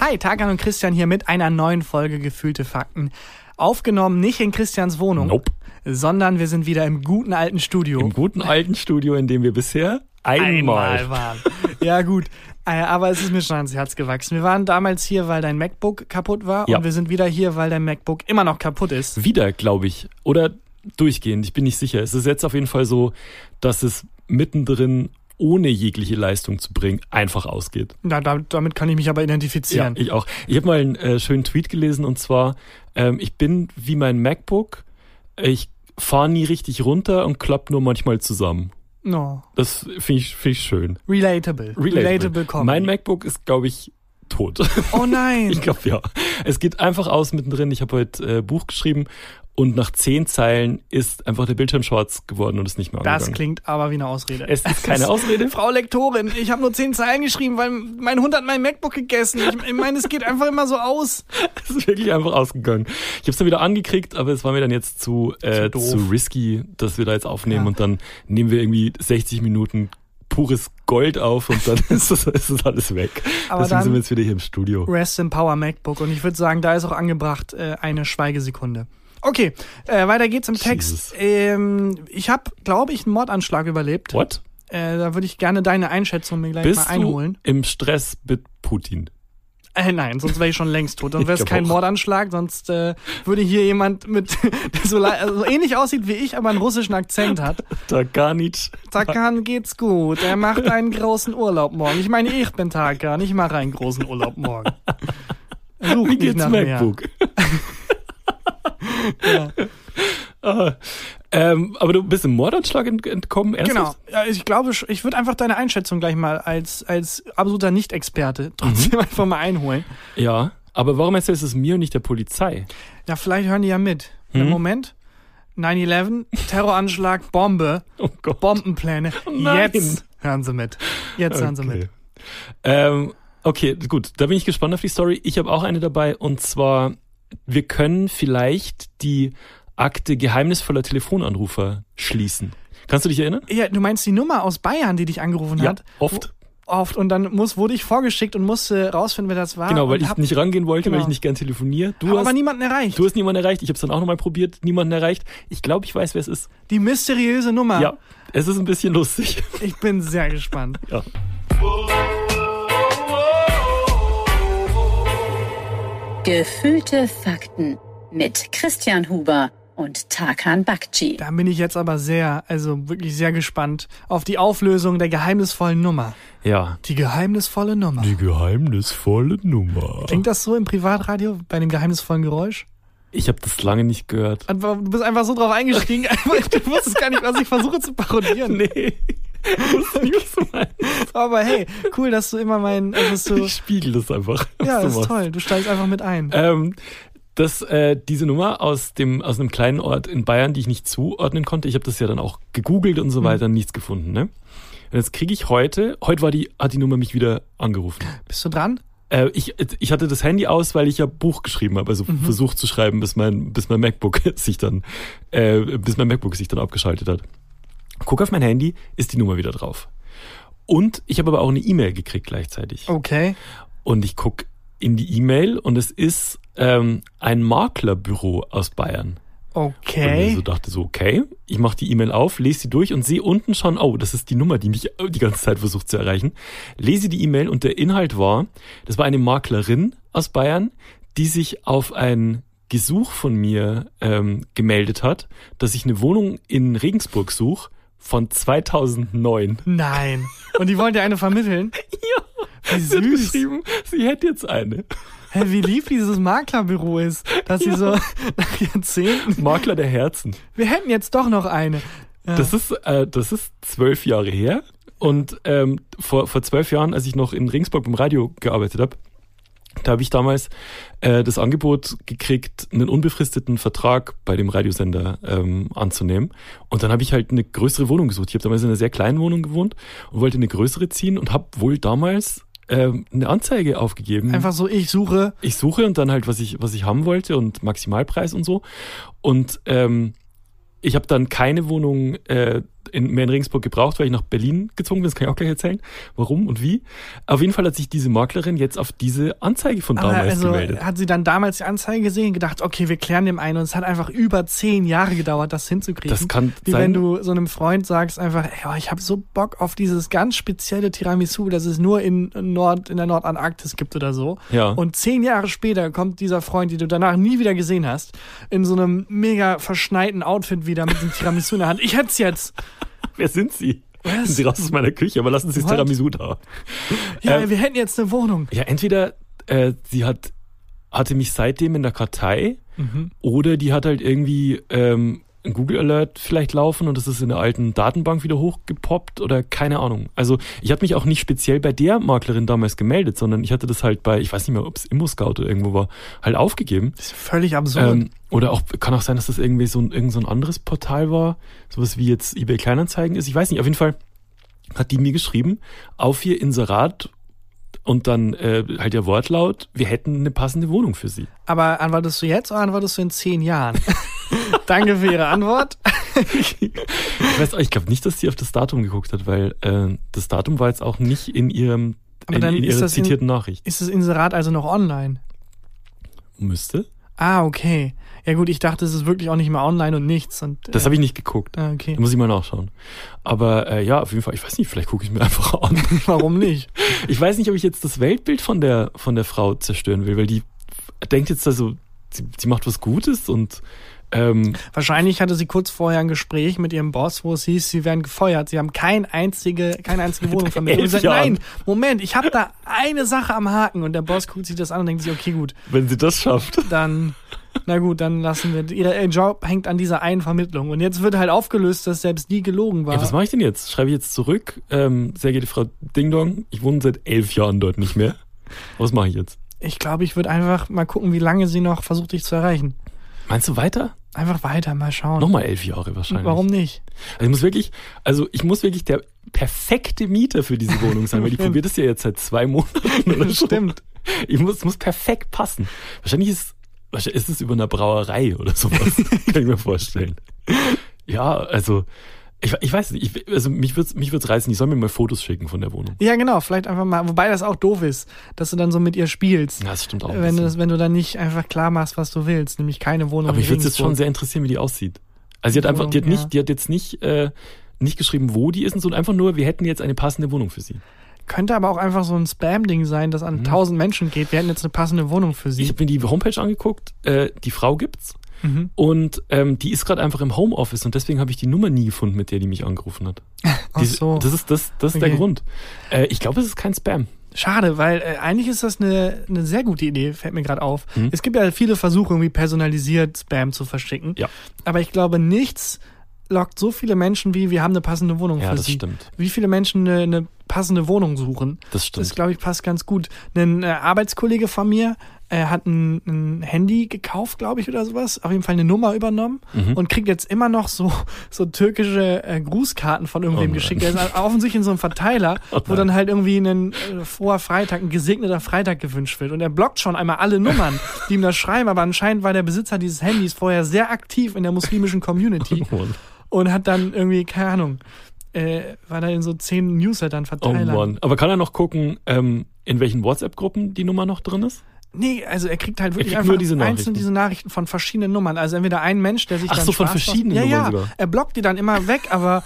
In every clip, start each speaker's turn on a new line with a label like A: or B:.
A: Hi, Tarkan und Christian hier mit einer neuen Folge Gefühlte Fakten. Aufgenommen nicht in Christians Wohnung,
B: Nope.
A: sondern wir sind wieder im guten alten Studio.
B: Im guten alten Studio, in dem wir bisher einmal,
A: waren. Ja, gut. Äh, Aber es ist mir schon ans Herz gewachsen. Wir waren damals hier, weil dein MacBook kaputt war
B: Ja.
A: und wir sind wieder hier, weil dein MacBook immer noch kaputt ist.
B: wieder, glaube ich, oder durchgehend, ich bin nicht sicher. Es ist jetzt auf jeden Fall so, dass es mittendrin ohne jegliche Leistung zu bringen, einfach ausgeht.
A: Na, da, damit kann ich mich aber
B: Ja,
A: identifizieren.
B: ich auch. Ich habe mal einen äh, schönen Tweet gelesen und zwar, ähm, ich bin wie mein MacBook, ich fahre nie richtig runter und klappe nur manchmal zusammen.
A: No.
B: Das finde ich, find ich schön.
A: Relatable. Comedy.
B: Mein MacBook ist, glaube ich, tot.
A: oh nein.
B: Ich glaube ja. Es geht einfach aus mittendrin. Ich habe heute äh, Buch geschrieben und nach zehn Zeilen ist einfach der Bildschirm schwarz geworden und ist nicht mehr
A: das
B: angegangen.
A: klingt aber wie eine Ausrede.
B: Es ist keine Ausrede.
A: Frau Lektorin, ich habe nur zehn Zeilen geschrieben, weil mein Hund hat mein MacBook gegessen. Ich, ich meine, es geht einfach immer so aus.
B: Es ist wirklich einfach ausgegangen. Ich habe es dann wieder angekriegt, aber es war mir dann jetzt zu, äh,
A: Zu doof.
B: zu risky, dass wir da jetzt aufnehmen
A: Ja.
B: und dann nehmen wir irgendwie 60 Minuten pures Gold auf und dann ist das, ist das alles weg.
A: Aber
B: Deswegen sind
A: dann-
B: wir jetzt wieder hier im Studio.
A: Rest in Power MacBook. Und ich würde sagen, da ist auch angebracht äh, eine Schweigesekunde. Okay, äh, weiter geht's im
B: Jesus.
A: Text. Ähm, ich habe, glaube ich, einen Mordanschlag überlebt.
B: What?
A: Äh, da würde ich gerne deine Einschätzung mir gleich
B: Bist
A: mal einholen.
B: du im Stress mit Putin?
A: Äh, nein, sonst wäre ich schon längst tot. Dann
B: Ich
A: wäre es
B: glaub
A: kein
B: auch.
A: Mordanschlag, sonst äh, würde hier jemand mit, der so, le- also ähnlich aussieht wie ich, aber einen russischen Akzent hat.
B: Takanic.
A: Tarkan geht's gut. Er macht einen großen Urlaub morgen. Ich meine, ich bin Tarkan. Ich mache einen großen Urlaub morgen. Such
B: Wie
A: nicht
B: geht's
A: nach
B: MacBook?
A: Mehr. Ja.
B: Ah, ähm, aber du bist im Mordanschlag ent entkommen,
A: Genau.
B: ernsthaft?
A: Ja, ich glaube, sch- ich würde einfach deine Einschätzung gleich mal als, als absoluter
B: Mhm.
A: Nicht-Experte trotzdem einfach mal einholen.
B: Ja. Aber warum erzählst du es mir und nicht der Polizei?
A: Ja, vielleicht hören die ja mit.
B: Mhm.
A: Im Moment. 9-11, Terroranschlag, Bombe,
B: Oh Gott.
A: Bombenpläne.
B: Oh nein.
A: Jetzt hören sie mit. Jetzt hören sie mit.
B: Okay. Ähm, okay, gut. Da bin ich gespannt auf die Story. Ich habe auch eine dabei und zwar, wir können vielleicht die Akte geheimnisvoller Telefonanrufer schließen. Kannst du dich erinnern?
A: Ja, du meinst die Nummer aus Bayern, die dich angerufen hat?
B: oft.
A: oft und dann muss, wurde ich vorgeschickt und musste rausfinden, wer das war.
B: Genau, weil
A: Ah, und
B: ich nicht rangehen wollte, weil
A: Genau.
B: ich nicht gern telefoniere. Du
A: hab aber
B: hast,
A: niemanden erreicht.
B: du hast niemanden erreicht. Ich habe es dann auch nochmal probiert, niemanden erreicht. Ich glaube, ich weiß, wer es ist.
A: Die mysteriöse Nummer.
B: Ja, es ist ein bisschen lustig.
A: Ich bin sehr gespannt.
B: Ja.
C: Gefühlte Fakten mit Christian Huber und Tarkan Bakci.
A: Da bin ich jetzt aber sehr, also wirklich sehr gespannt auf die Auflösung der geheimnisvollen Nummer.
B: Ja.
A: Die geheimnisvolle Nummer.
B: geheimnisvolle Nummer.
A: Klingt das so im Privatradio bei dem geheimnisvollen Geräusch?
B: Ich habe das lange nicht gehört.
A: Einfach- Du bist einfach so drauf eingestiegen, einfach, du wusstest gar nicht, was ich versuche zu parodieren.
B: Nee. Ich wusste nicht, was du meinst.
A: Aber hey, cool, dass du immer meinen, also dass du,
B: Ich spiegel das einfach. was
A: ja,
B: du
A: das ist
B: machst.
A: toll, du steigst einfach mit ein.
B: Ähm, das, äh, diese Nummer aus, dem, aus einem kleinen Ort in Bayern, die ich nicht zuordnen konnte, ich habe das ja dann auch gegoogelt und so weiter, nichts gefunden. Ne? Und jetzt kriege ich heute, heute war die, hat die Nummer mich wieder angerufen.
A: Bist du dran?
B: Äh, ich, ich hatte das Handy aus, weil ich ja Buch geschrieben habe, also versucht zu schreiben, bis mein, bis mein MacBook sich dann, äh, bis mein MacBook sich dann abgeschaltet hat. Guck auf mein Handy, ist die Nummer wieder drauf. Und ich habe aber auch eine E-Mail gekriegt gleichzeitig.
A: Okay.
B: Und ich guck in die E-Mail und es ist ähm, ein Maklerbüro aus Bayern. Und ich
A: Okay.
B: so dachte so, okay, ich mache die E-Mail auf, lese sie durch und sehe unten schon, oh, das ist die Nummer, die mich äh, die ganze Zeit versucht zu erreichen. Lese die E-Mail und der Inhalt war, das war eine Maklerin aus Bayern, die sich auf ein Gesuch von mir ähm, gemeldet hat, dass ich eine Wohnung in Regensburg suche von 2009.
A: Nein. Und die wollen dir eine vermitteln? Ja. Wie
B: Sie hat
A: süß.
B: geschrieben, sie hätte jetzt eine.
A: Hä, wie lieb dieses Maklerbüro ist, dass sie so nach Jahrzehnten.
B: Makler der Herzen.
A: Wir hätten jetzt doch noch eine. Ja.
B: Das ist, äh, das ist zwölf Jahre her. Und ähm, vor, vor zwölf Jahren, als ich noch in Ringsburg beim Radio gearbeitet habe, da habe ich damals äh, das Angebot gekriegt, einen unbefristeten Vertrag bei dem Radiosender ähm, anzunehmen. Und dann habe ich halt eine größere Wohnung gesucht. Ich habe damals in einer sehr kleinen Wohnung gewohnt und wollte eine größere ziehen und habe wohl damals ähm, eine Anzeige aufgegeben
A: Einfach so, ich suche.
B: ich suche und dann halt, was ich, was ich haben wollte und Maximalpreis und so. Und ähm, ich habe dann keine Wohnung äh, in, mehr in Regensburg gebraucht, weil ich nach Berlin gezogen bin. Das kann ich auch gleich erzählen, warum und wie. Auf jeden Fall hat sich diese Maklerin jetzt auf diese Anzeige von
A: Aber
B: damals
A: also
B: gemeldet.
A: hat sie dann damals die Anzeige gesehen und gedacht, okay, wir klären dem einen. Und es hat einfach über zehn Jahre gedauert, das hinzukriegen.
B: Das kann
A: Wie
B: sein.
A: wenn du so einem Freund sagst einfach, ey, oh, ich habe so Bock auf dieses ganz spezielle Tiramisu, das es nur in, Nord, in der Nordantarktis gibt oder so.
B: Ja.
A: Und zehn Jahre später kommt dieser Freund, den du danach nie wieder gesehen hast, in so einem mega verschneiten Outfit wieder mit dem Tiramisu in der Hand. Ich hätt's jetzt.
B: Wer sind Sie?
A: Was?
B: Sind Sie raus aus meiner Küche, aber lassen Sie das
A: What?
B: Tiramisu da.
A: Ja,
B: Ähm.
A: wir hätten jetzt eine Wohnung.
B: Ja, entweder äh, sie hat, hatte mich seitdem in der Kartei oder die hat halt irgendwie ähm, einen Google Alert vielleicht laufen und es ist in der alten Datenbank wieder hochgepoppt oder keine Ahnung. Also ich habe mich auch nicht speziell bei der Maklerin damals gemeldet, sondern ich hatte das halt bei, ich weiß nicht mehr, ob es ImmoScout oder irgendwo war, halt aufgegeben.
A: Das ist völlig absurd.
B: Ähm, oder auch, kann auch sein, dass das irgendwie so ein, irgend so ein anderes Portal war, sowas wie jetzt eBay Kleinanzeigen ist. Ich weiß nicht, auf jeden Fall hat die mir geschrieben, auf ihr Inserat und dann äh, halt der Wortlaut, wir hätten eine passende Wohnung für sie.
A: Aber antwortest du jetzt oder antwortest du in zehn Jahren? Danke für Ihre Antwort.
B: Ich weiß auch, ich glaube nicht, dass sie auf das Datum geguckt hat, weil äh, das Datum war jetzt auch nicht in ihrem
A: Aber
B: in,
A: dann
B: in
A: ist
B: ihrer
A: das in-
B: zitierten Nachricht.
A: Ist das Inserat also noch online?
B: Müsste?
A: Ah, okay. Ja gut, ich dachte, es ist wirklich auch nicht mehr online und nichts. Und, äh,
B: Das habe ich nicht geguckt.
A: Ah, okay.
B: Da muss ich mal nachschauen. Aber äh, ja, auf jeden Fall, ich weiß nicht, vielleicht gucke ich mir einfach an.
A: Warum nicht?
B: Ich weiß nicht, ob ich jetzt das Weltbild von der, von der Frau zerstören will, weil die denkt jetzt da so, sie, sie macht was Gutes und ähm,
A: Wahrscheinlich hatte sie kurz vorher ein Gespräch mit ihrem Boss, wo es hieß, sie werden gefeuert. Sie haben kein einzige, keine einzige Wohnung vermittelt. Und
B: elf
A: sie sagt,
B: Jahren.
A: nein, Moment, ich habe da eine Sache am Haken. Und der Boss guckt sich das an und denkt sich, okay, gut,
B: wenn sie das schafft.
A: dann, na gut, dann lassen wir, ihr ihr Job hängt an dieser einen Vermittlung. Und jetzt wird halt aufgelöst, dass selbst die gelogen war.
B: Ja, was mache ich denn jetzt? Schreibe ich jetzt zurück? Ähm, sehr geehrte Frau Ding Dong, ich wohne seit elf Jahren dort nicht mehr. Was mache ich jetzt?
A: ich glaube, ich würde einfach mal gucken, wie lange sie noch versucht, dich zu erreichen.
B: Meinst du weiter?
A: Einfach weiter, mal schauen.
B: Nochmal elf Jahre wahrscheinlich.
A: Warum nicht?
B: Also ich muss wirklich, also ich muss wirklich der perfekte Mieter für diese Wohnung sein, weil die probiert es ja jetzt seit zwei Monaten oder so.
A: Stimmt.
B: Ich muss, es muss perfekt passen. Wahrscheinlich ist, wahrscheinlich ist es über einer Brauerei oder sowas. Kann ich mir vorstellen. Ja, also, ich, ich weiß nicht, ich, also mich wird's, mich wird's reißen. Die sollen mir mal Fotos schicken von der Wohnung.
A: Ja, genau, vielleicht einfach mal, wobei das auch doof ist, dass du dann so mit ihr spielst.
B: Ja, das stimmt auch. ein
A: wenn, du,
B: bisschen.
A: das- wenn du dann nicht einfach klar machst, was du willst, nämlich keine Wohnung.
B: Aber
A: in
B: mich würde jetzt schon
A: Regensburg.
B: sehr interessieren, wie die aussieht. Also, die hat einfach, die hat
A: Wohnung, ja.
B: nicht, die hat jetzt nicht, äh, nicht geschrieben, wo die ist, sondern einfach nur, wir hätten jetzt eine passende Wohnung für sie.
A: Könnte aber auch einfach so ein Spam-Ding sein, das an tausend Menschen geht. Wir hätten jetzt eine passende Wohnung für
B: Mhm. Ich
A: sie.
B: habe mir die Homepage angeguckt, äh, die Frau gibt's.
A: Mhm.
B: Und ähm, die ist gerade einfach im Homeoffice und deswegen habe ich die Nummer nie gefunden, mit der die mich angerufen hat.
A: Ach
B: Die-
A: so.
B: Das ist, das, das ist der
A: Okay.
B: Grund. Äh, ich glaube, es ist kein Spam.
A: Schade, weil äh, eigentlich ist das eine, eine sehr gute Idee, fällt mir gerade auf.
B: Hm.
A: Es gibt ja viele Versuche, irgendwie personalisiert Spam zu verschicken.
B: Ja.
A: Aber ich glaube, nichts lockt so viele Menschen wie wir haben eine passende Wohnung
B: Ja,
A: für
B: das
A: sie.
B: stimmt.
A: Wie viele Menschen eine, eine passende Wohnung suchen.
B: Das stimmt.
A: Das, glaube ich, passt ganz gut. Ein äh, Arbeitskollege von mir äh, hat ein, ein Handy gekauft, glaube ich, oder sowas. Auf jeden Fall eine Nummer übernommen
B: Mhm.
A: und kriegt jetzt immer noch so, so türkische äh, Grußkarten von irgendwem
B: Oh nein. Oh
A: geschickt. Der ist also offensichtlich in so einem Verteiler, wo dann halt irgendwie ein äh, froher Freitag, ein gesegneter Freitag gewünscht wird. Und er blockt schon einmal alle Nummern, die ihm das schreiben. Aber anscheinend war der Besitzer dieses Handys vorher sehr aktiv in der muslimischen Community
B: Oh Mann.
A: und hat dann irgendwie, keine Ahnung, äh, war da in so zehn Newslettern
B: Oh
A: verteilt.
B: Mann. Aber kann er noch gucken, ähm, in welchen WhatsApp-Gruppen die Nummer noch drin ist?
A: Nee, also er kriegt halt wirklich
B: kriegt
A: einfach
B: nur diese Nachrichten.
A: einzeln diese Nachrichten von verschiedenen Nummern. Also entweder ein Mensch, der sich
B: Ach
A: dann
B: so, von
A: Spaß macht-
B: verschiedenen
A: ja, ja.
B: Nummern sogar.
A: Er blockt die dann immer weg, aber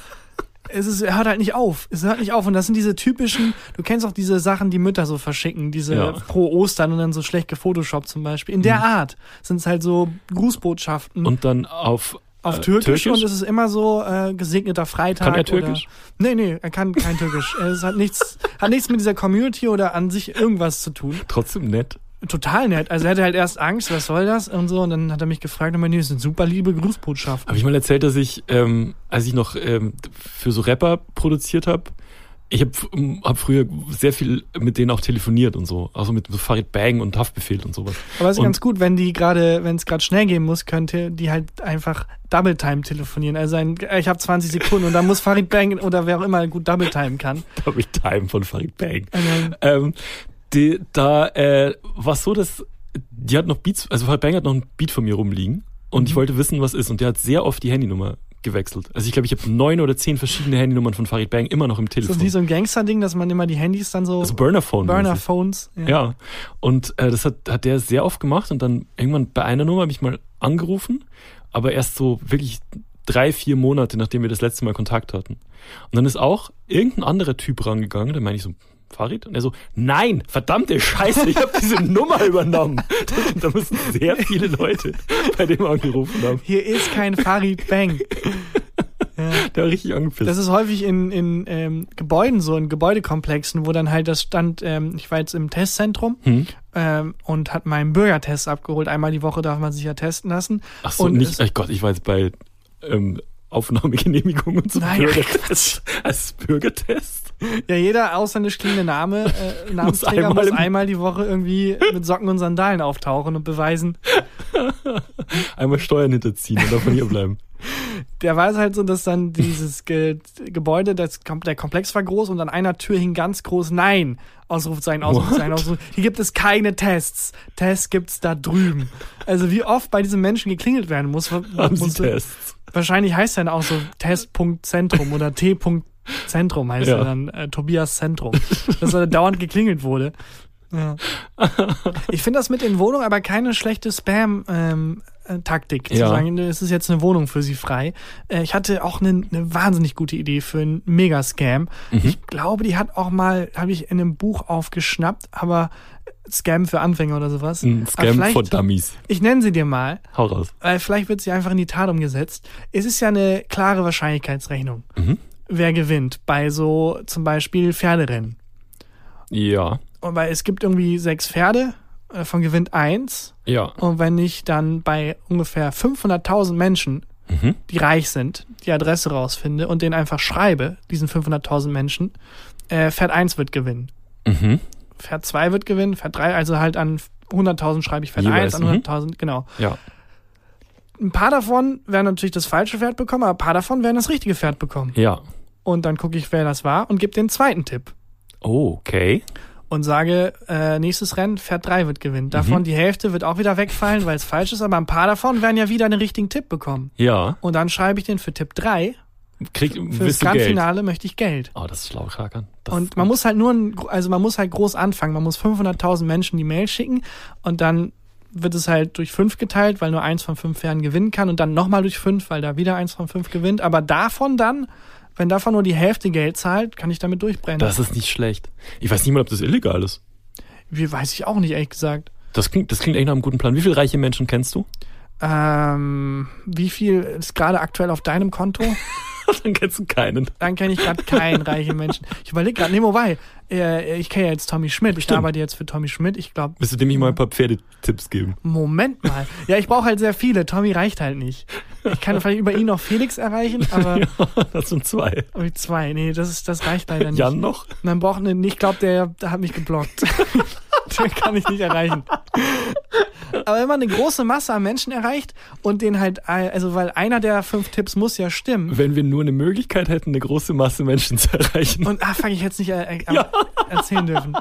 A: es ist, er hört halt nicht auf. Es hört nicht auf. Und das sind diese typischen, du kennst auch diese Sachen, die Mütter so verschicken, diese
B: Ja. Mhm.
A: pro Ostern und dann so schlecht gefotoshoppt zum Beispiel. In der Art sind es halt so Grußbotschaften
B: Und dann auf,
A: Hm. auf
B: äh,
A: Türkisch, und es ist immer so äh, gesegneter Freitag.
B: Kann er Türkisch?
A: Oder, nee, nee, er kann kein Türkisch. es hat nichts, hat nichts mit dieser Community oder an sich irgendwas zu tun
B: trotzdem nett.
A: total nett. Also er hatte halt erst Angst, was soll das und so. Und dann hat er mich gefragt und meinte, nee, das sind super liebe Grußbotschaften.
B: Habe ich mal erzählt, dass ich, ähm, als ich noch ähm, für so Rapper produziert habe, ich habe hab früher sehr viel mit denen auch telefoniert und so. Also mit so Farid Bang und Haftbefehl und sowas.
A: Aber es ist
B: und
A: ganz gut, wenn die gerade, wenn es gerade schnell gehen muss, könnte die halt einfach Double Time telefonieren. Also ein, ich habe 20 Sekunden und dann muss Farid Bang oder wer auch immer gut Double Time kann.
B: Double Time von Farid Bang.
A: Ähm,
B: Ähm, die, da äh, war so, dass
A: Mhm.
B: die hat noch Beats, also Farid Bang hat noch ein Beat von mir rumliegen und ich wollte wissen, was ist. Und der hat sehr oft die Handynummer gewechselt. Also ich glaube, ich habe neun oder zehn verschiedene Handynummern von Farid Bang immer noch im
A: Ist das
B: Telefon.
A: nicht so ein Gangster-Ding, dass man immer die Handys dann so
B: also Burnerphone. mäßig.
A: Burner-Phones.
B: Ja, und äh, das hat, hat der sehr oft gemacht und dann irgendwann bei einer Nummer habe ich mal angerufen, aber erst so wirklich drei, vier Monate, nachdem wir das letzte Mal Kontakt hatten. Und dann ist auch irgendein anderer Typ rangegangen, da meine ich so, Farid? Und er so, nein, verdammte Scheiße, ich habe diese Nummer übernommen. Da, da müssen sehr viele Leute bei dem angerufen haben.
A: Hier ist kein Farid Bang.
B: Der war richtig angepisst.
A: Das ist häufig in, in ähm, Gebäuden so, in Gebäudekomplexen, wo dann halt das stand, ähm, ich war jetzt im Testzentrum
B: Hm.
A: ähm, und hat meinen Bürgertest abgeholt. Einmal die Woche darf man sich ja testen lassen.
B: Ach so,
A: und
B: nicht,
A: es-
B: ach Gott, ich war jetzt bei ähm, Aufnahmegenehmigung und so.
A: Nein, ach
B: Bürgertest. Als Bürgertest?
A: Ja, jeder ausländisch klingende Name, äh, Namensträger
B: einmal
A: muss
B: im-
A: einmal die Woche irgendwie mit Socken und Sandalen auftauchen und beweisen,
B: Einmal Steuern hinterziehen und davon hier bleiben.
A: der war es halt so, dass dann dieses Ge Gebäude, das, kom- der Komplex war groß und an einer Tür hing ganz groß Nein. Ausrufzeichen, Ausrufzeichen, Ausrufzeichen. Hier gibt es keine Tests. Tests gibt's da drüben. Also wie oft bei diesen Menschen geklingelt werden muss. wa-
B: Haben sie
A: muss-
B: Tests.
A: Wahrscheinlich heißt er dann auch so Test.zentrum oder T.zentrum heißt
B: Ja.
A: er dann, äh, Tobias Zentrum. Dass er dauernd geklingelt wurde. Ja. Ich finde das mit den Wohnungen aber keine schlechte Spam-Taktik.
B: Ja.
A: Zu sagen, ne, es ist jetzt eine Wohnung für sie frei. Äh, ich hatte auch eine, eine wahnsinnig gute Idee für einen Mega-Scam.
B: Mhm.
A: Ich glaube, die hat auch mal, habe ich in einem Buch aufgeschnappt, aber Scam für Anfänger oder sowas.
B: Ein
A: Aber
B: Scam
A: Hm, vielleicht-
B: von Dummies.
A: Ich nenne sie dir mal
B: Hau raus.
A: weil vielleicht wird sie einfach in die Tat umgesetzt. Es ist ja eine klare Wahrscheinlichkeitsrechnung.
B: Mhm.
A: Wer gewinnt bei so zum Beispiel Pferderennen?
B: Ja.
A: Und weil es gibt irgendwie sechs Pferde, äh, von gewinnt eins.
B: Ja.
A: Und wenn ich dann bei ungefähr 500.000 Menschen,
B: Mhm.
A: die reich sind, die Adresse rausfinde und denen einfach schreibe, diesen 500.000 Menschen, äh, Pferd eins wird gewinnen.
B: Mhm.
A: Pferd zwei wird gewinnen, Pferd drei, also halt an 100.000 schreibe ich Pferd
B: Jeweils,
A: eins, an
B: mhm.
A: 100.000, genau.
B: Ja.
A: ein paar davon werden natürlich das falsche Pferd bekommen, aber ein paar davon werden das richtige Pferd bekommen.
B: Ja.
A: Und dann gucke ich, wer das war und gebe den zweiten Tipp
B: Oh, okay.
A: und sage, äh, nächstes Rennen, Pferd 3 wird gewinnen.
B: Mhm.
A: Davon die Hälfte wird auch wieder wegfallen, weil es falsch ist, aber ein paar davon werden ja wieder den richtigen Tipp bekommen.
B: Ja.
A: Und dann schreibe ich den für Tipp 3.
B: Krieg
A: Für das
B: wirst du Geld.
A: Grandfinale möchte ich Geld.
B: Oh, das ist schlau, Schlagern. Das
A: Und man muss halt nur, ein, also man muss halt groß anfangen. Man muss 500.000 Menschen die Mail schicken und dann wird es halt durch fünf geteilt, weil nur eins von fünf Pferden gewinnen kann und dann nochmal durch fünf, weil da wieder eins von fünf gewinnt. Aber davon dann, wenn davon nur die Hälfte Geld zahlt, kann ich damit durchbrennen.
B: das ist nicht schlecht. Ich weiß nicht mal, ob das illegal ist.
A: Wie weiß ich auch nicht, ehrlich gesagt.
B: Das klingt, das klingt echt nach einem guten Plan. Wie viele reiche Menschen kennst du?
A: Ähm, wie viel ist gerade aktuell auf deinem Konto?
B: Dann kennst du keinen.
A: Dann kenne ich gerade keinen reichen Menschen. Ich überlege gerade, nee, wobei, äh, ich kenne ja jetzt Tommy Schmidt. Ich
B: Stimmt.
A: arbeite jetzt für Tommy Schmidt. Ich glaube,
B: Willst du dem nicht mal ein paar Pferdetipps geben?
A: Moment mal. Ja, ich brauche halt sehr viele. Tommy reicht halt nicht. Ich kann vielleicht über ihn noch Felix erreichen, aber
B: das sind zwei.
A: oh, zwei. Nee, das, ist, das reicht leider nicht.
B: Jan noch?
A: Man braucht einen, ich glaube, der, der hat mich geblockt. den kann ich nicht erreichen. Aber wenn man eine große Masse an Menschen erreicht und den halt, also weil einer der fünf Tipps muss ja stimmen.
B: Wenn wir nur eine Möglichkeit hätten, eine große Masse Menschen zu erreichen.
A: Und ah, fuck, ich hätte es nicht äh, äh, erzählen dürfen.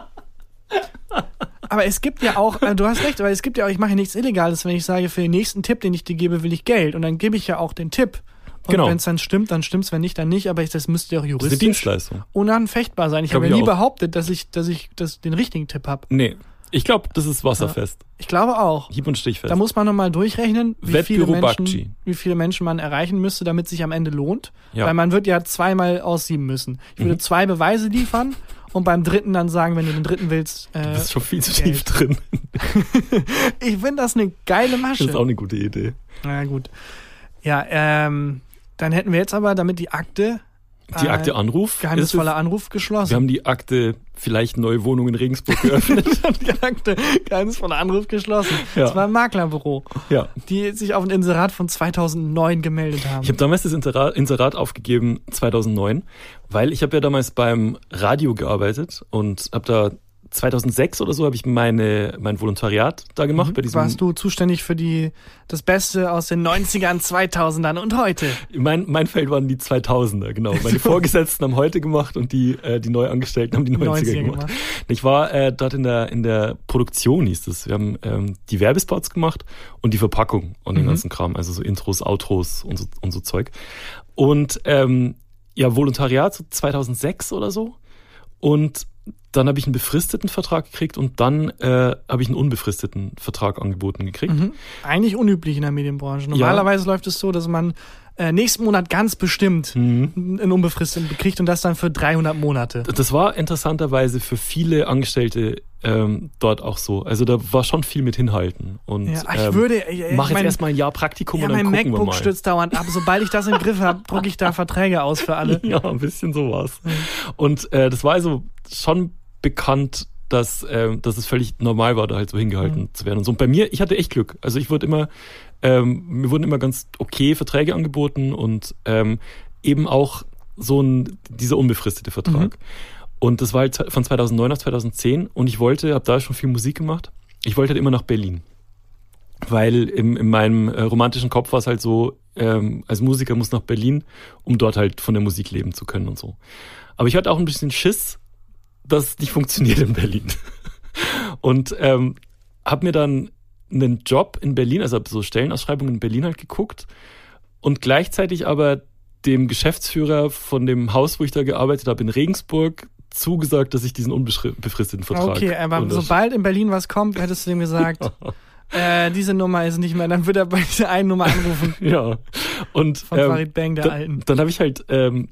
A: Aber es gibt ja auch, äh, du hast recht, aber es gibt ja auch, ich mache ja nichts Illegales, wenn ich sage, für den nächsten Tipp, den ich dir gebe, will ich Geld. Und dann gebe ich ja auch den Tipp. Und
B: Genau.
A: wenn es dann stimmt, dann stimmt's, wenn nicht, dann nicht. Aber ich, das müsste ja auch
B: das ist eine
A: juristisch
B: Dienstleistung.
A: unanfechtbar sein. Ich habe
B: Glaub
A: ja
B: ich
A: nie
B: auch.
A: behauptet, dass ich, dass ich dass den richtigen Tipp habe.
B: Nee. Ich glaube, das ist wasserfest.
A: Ich glaube auch.
B: Hieb- und stichfest.
A: Da muss man nochmal durchrechnen, wie viele,
B: Wettbüro Bakci.
A: Menschen, wie viele Menschen man erreichen müsste, damit sich am Ende lohnt.
B: Ja. Mhm.
A: Weil man wird ja zweimal aussieben müssen. Ich würde zwei Beweise liefern und beim dritten dann sagen, wenn du den dritten willst,
B: du
A: äh,
B: bist schon viel zu
A: Geld.
B: tief drin.
A: ich finde das eine geile
B: Das ist
A: Masche.
B: auch eine gute Idee.
A: Na gut. Ja, ähm, dann hätten wir jetzt aber, damit die Akte,
B: Die
A: äh,
B: Akte Anruf.
A: geheimnisvoller
B: ist
A: Anruf
B: es, wir
A: geschlossen.
B: haben die Akte vielleicht neue Wohnung in Regensburg geöffnet.
A: die Akte geheimnisvoller Anruf geschlossen.
B: Ja.
A: Das war ein Maklerbüro,
B: ja.
A: die sich auf ein Inserat von 2009 gemeldet haben.
B: Ich habe damals das Interat, Inserat aufgegeben, 2009, weil ich habe ja damals beim Radio gearbeitet und habe da 2006 oder so habe ich meine, mein Volontariat da gemacht. Bei diesem,
A: Mhm. Warst du zuständig für die, das Beste aus den 90ern, 2000ern und heute?
B: mein, mein Feld waren die 2000er, genau. Meine Vorgesetzten haben heute gemacht und die, äh, die Neuangestellten haben die 90er,
A: 90er
B: gemacht.
A: gemacht.
B: Ich war äh, dort in der, in der Produktion, hieß es. Wir haben ähm, die Werbespots gemacht und die Verpackung und den
A: Mhm.
B: ganzen Kram, also so Intros, Outros und so, und so Zeug. Und ähm, ja, Volontariat so 2006 oder so. Und dann habe ich einen befristeten Vertrag gekriegt und dann äh, habe ich einen unbefristeten Vertrag angeboten gekriegt.
A: Mhm. Eigentlich unüblich in der Medienbranche. Normalerweise läuft es so, dass man äh, nächsten Monat ganz bestimmt
B: Mhm.
A: einen unbefristeten bekriegt und das dann für 300 Monate.
B: Das war interessanterweise für viele Angestellte ähm, dort auch so. Also da war schon viel mit hinhalten. Und
A: Ja, ich
B: ähm,
A: würde- ich- ich
B: mach jetzt
A: mein-
B: erstmal ein Jahr Praktikum
A: Ja,
B: und dann
A: mein
B: gucken wir
A: MacBook
B: mal.
A: stürzt dauernd ab. Sobald ich das im Griff habe, drucke ich da Verträge aus für alle.
B: Ja, ein bisschen so war's. Und äh, das war also schon bekannt, dass, ähm, dass es völlig normal war, da halt so hingehalten zu werden. Und, so. und bei mir, ich hatte echt Glück. Also ich wurde immer, ähm, mir wurden immer ganz okay Verträge angeboten und ähm, eben auch so ein, dieser unbefristete Vertrag. Und das war halt von 2009 auf 2010 und ich wollte, habe da schon viel Musik gemacht, ich wollte halt immer nach Berlin. Weil im, in meinem äh, romantischen Kopf war es halt so, ähm, als Musiker muss nach Berlin, um dort halt von der Musik leben zu können und so. Aber ich hatte auch ein bisschen Schiss, dass es nicht funktioniert in Berlin. Und ähm, habe mir dann einen Job in Berlin, also hab so Stellenausschreibungen in Berlin halt geguckt und gleichzeitig aber dem Geschäftsführer von dem Haus, wo ich da gearbeitet habe, in Regensburg zugesagt, dass ich diesen unbefristeten Vertrag
A: Okay, aber
B: unterschreibe.
A: sobald in Berlin was kommt, hättest du dem gesagt, äh, diese Nummer ist nicht mehr. Dann wird er bei dieser einen Nummer anrufen
B: Ja. Und
A: von
B: ähm,
A: Farid Bang, der
B: Da-
A: alten.
B: Dann habe ich halt ähm,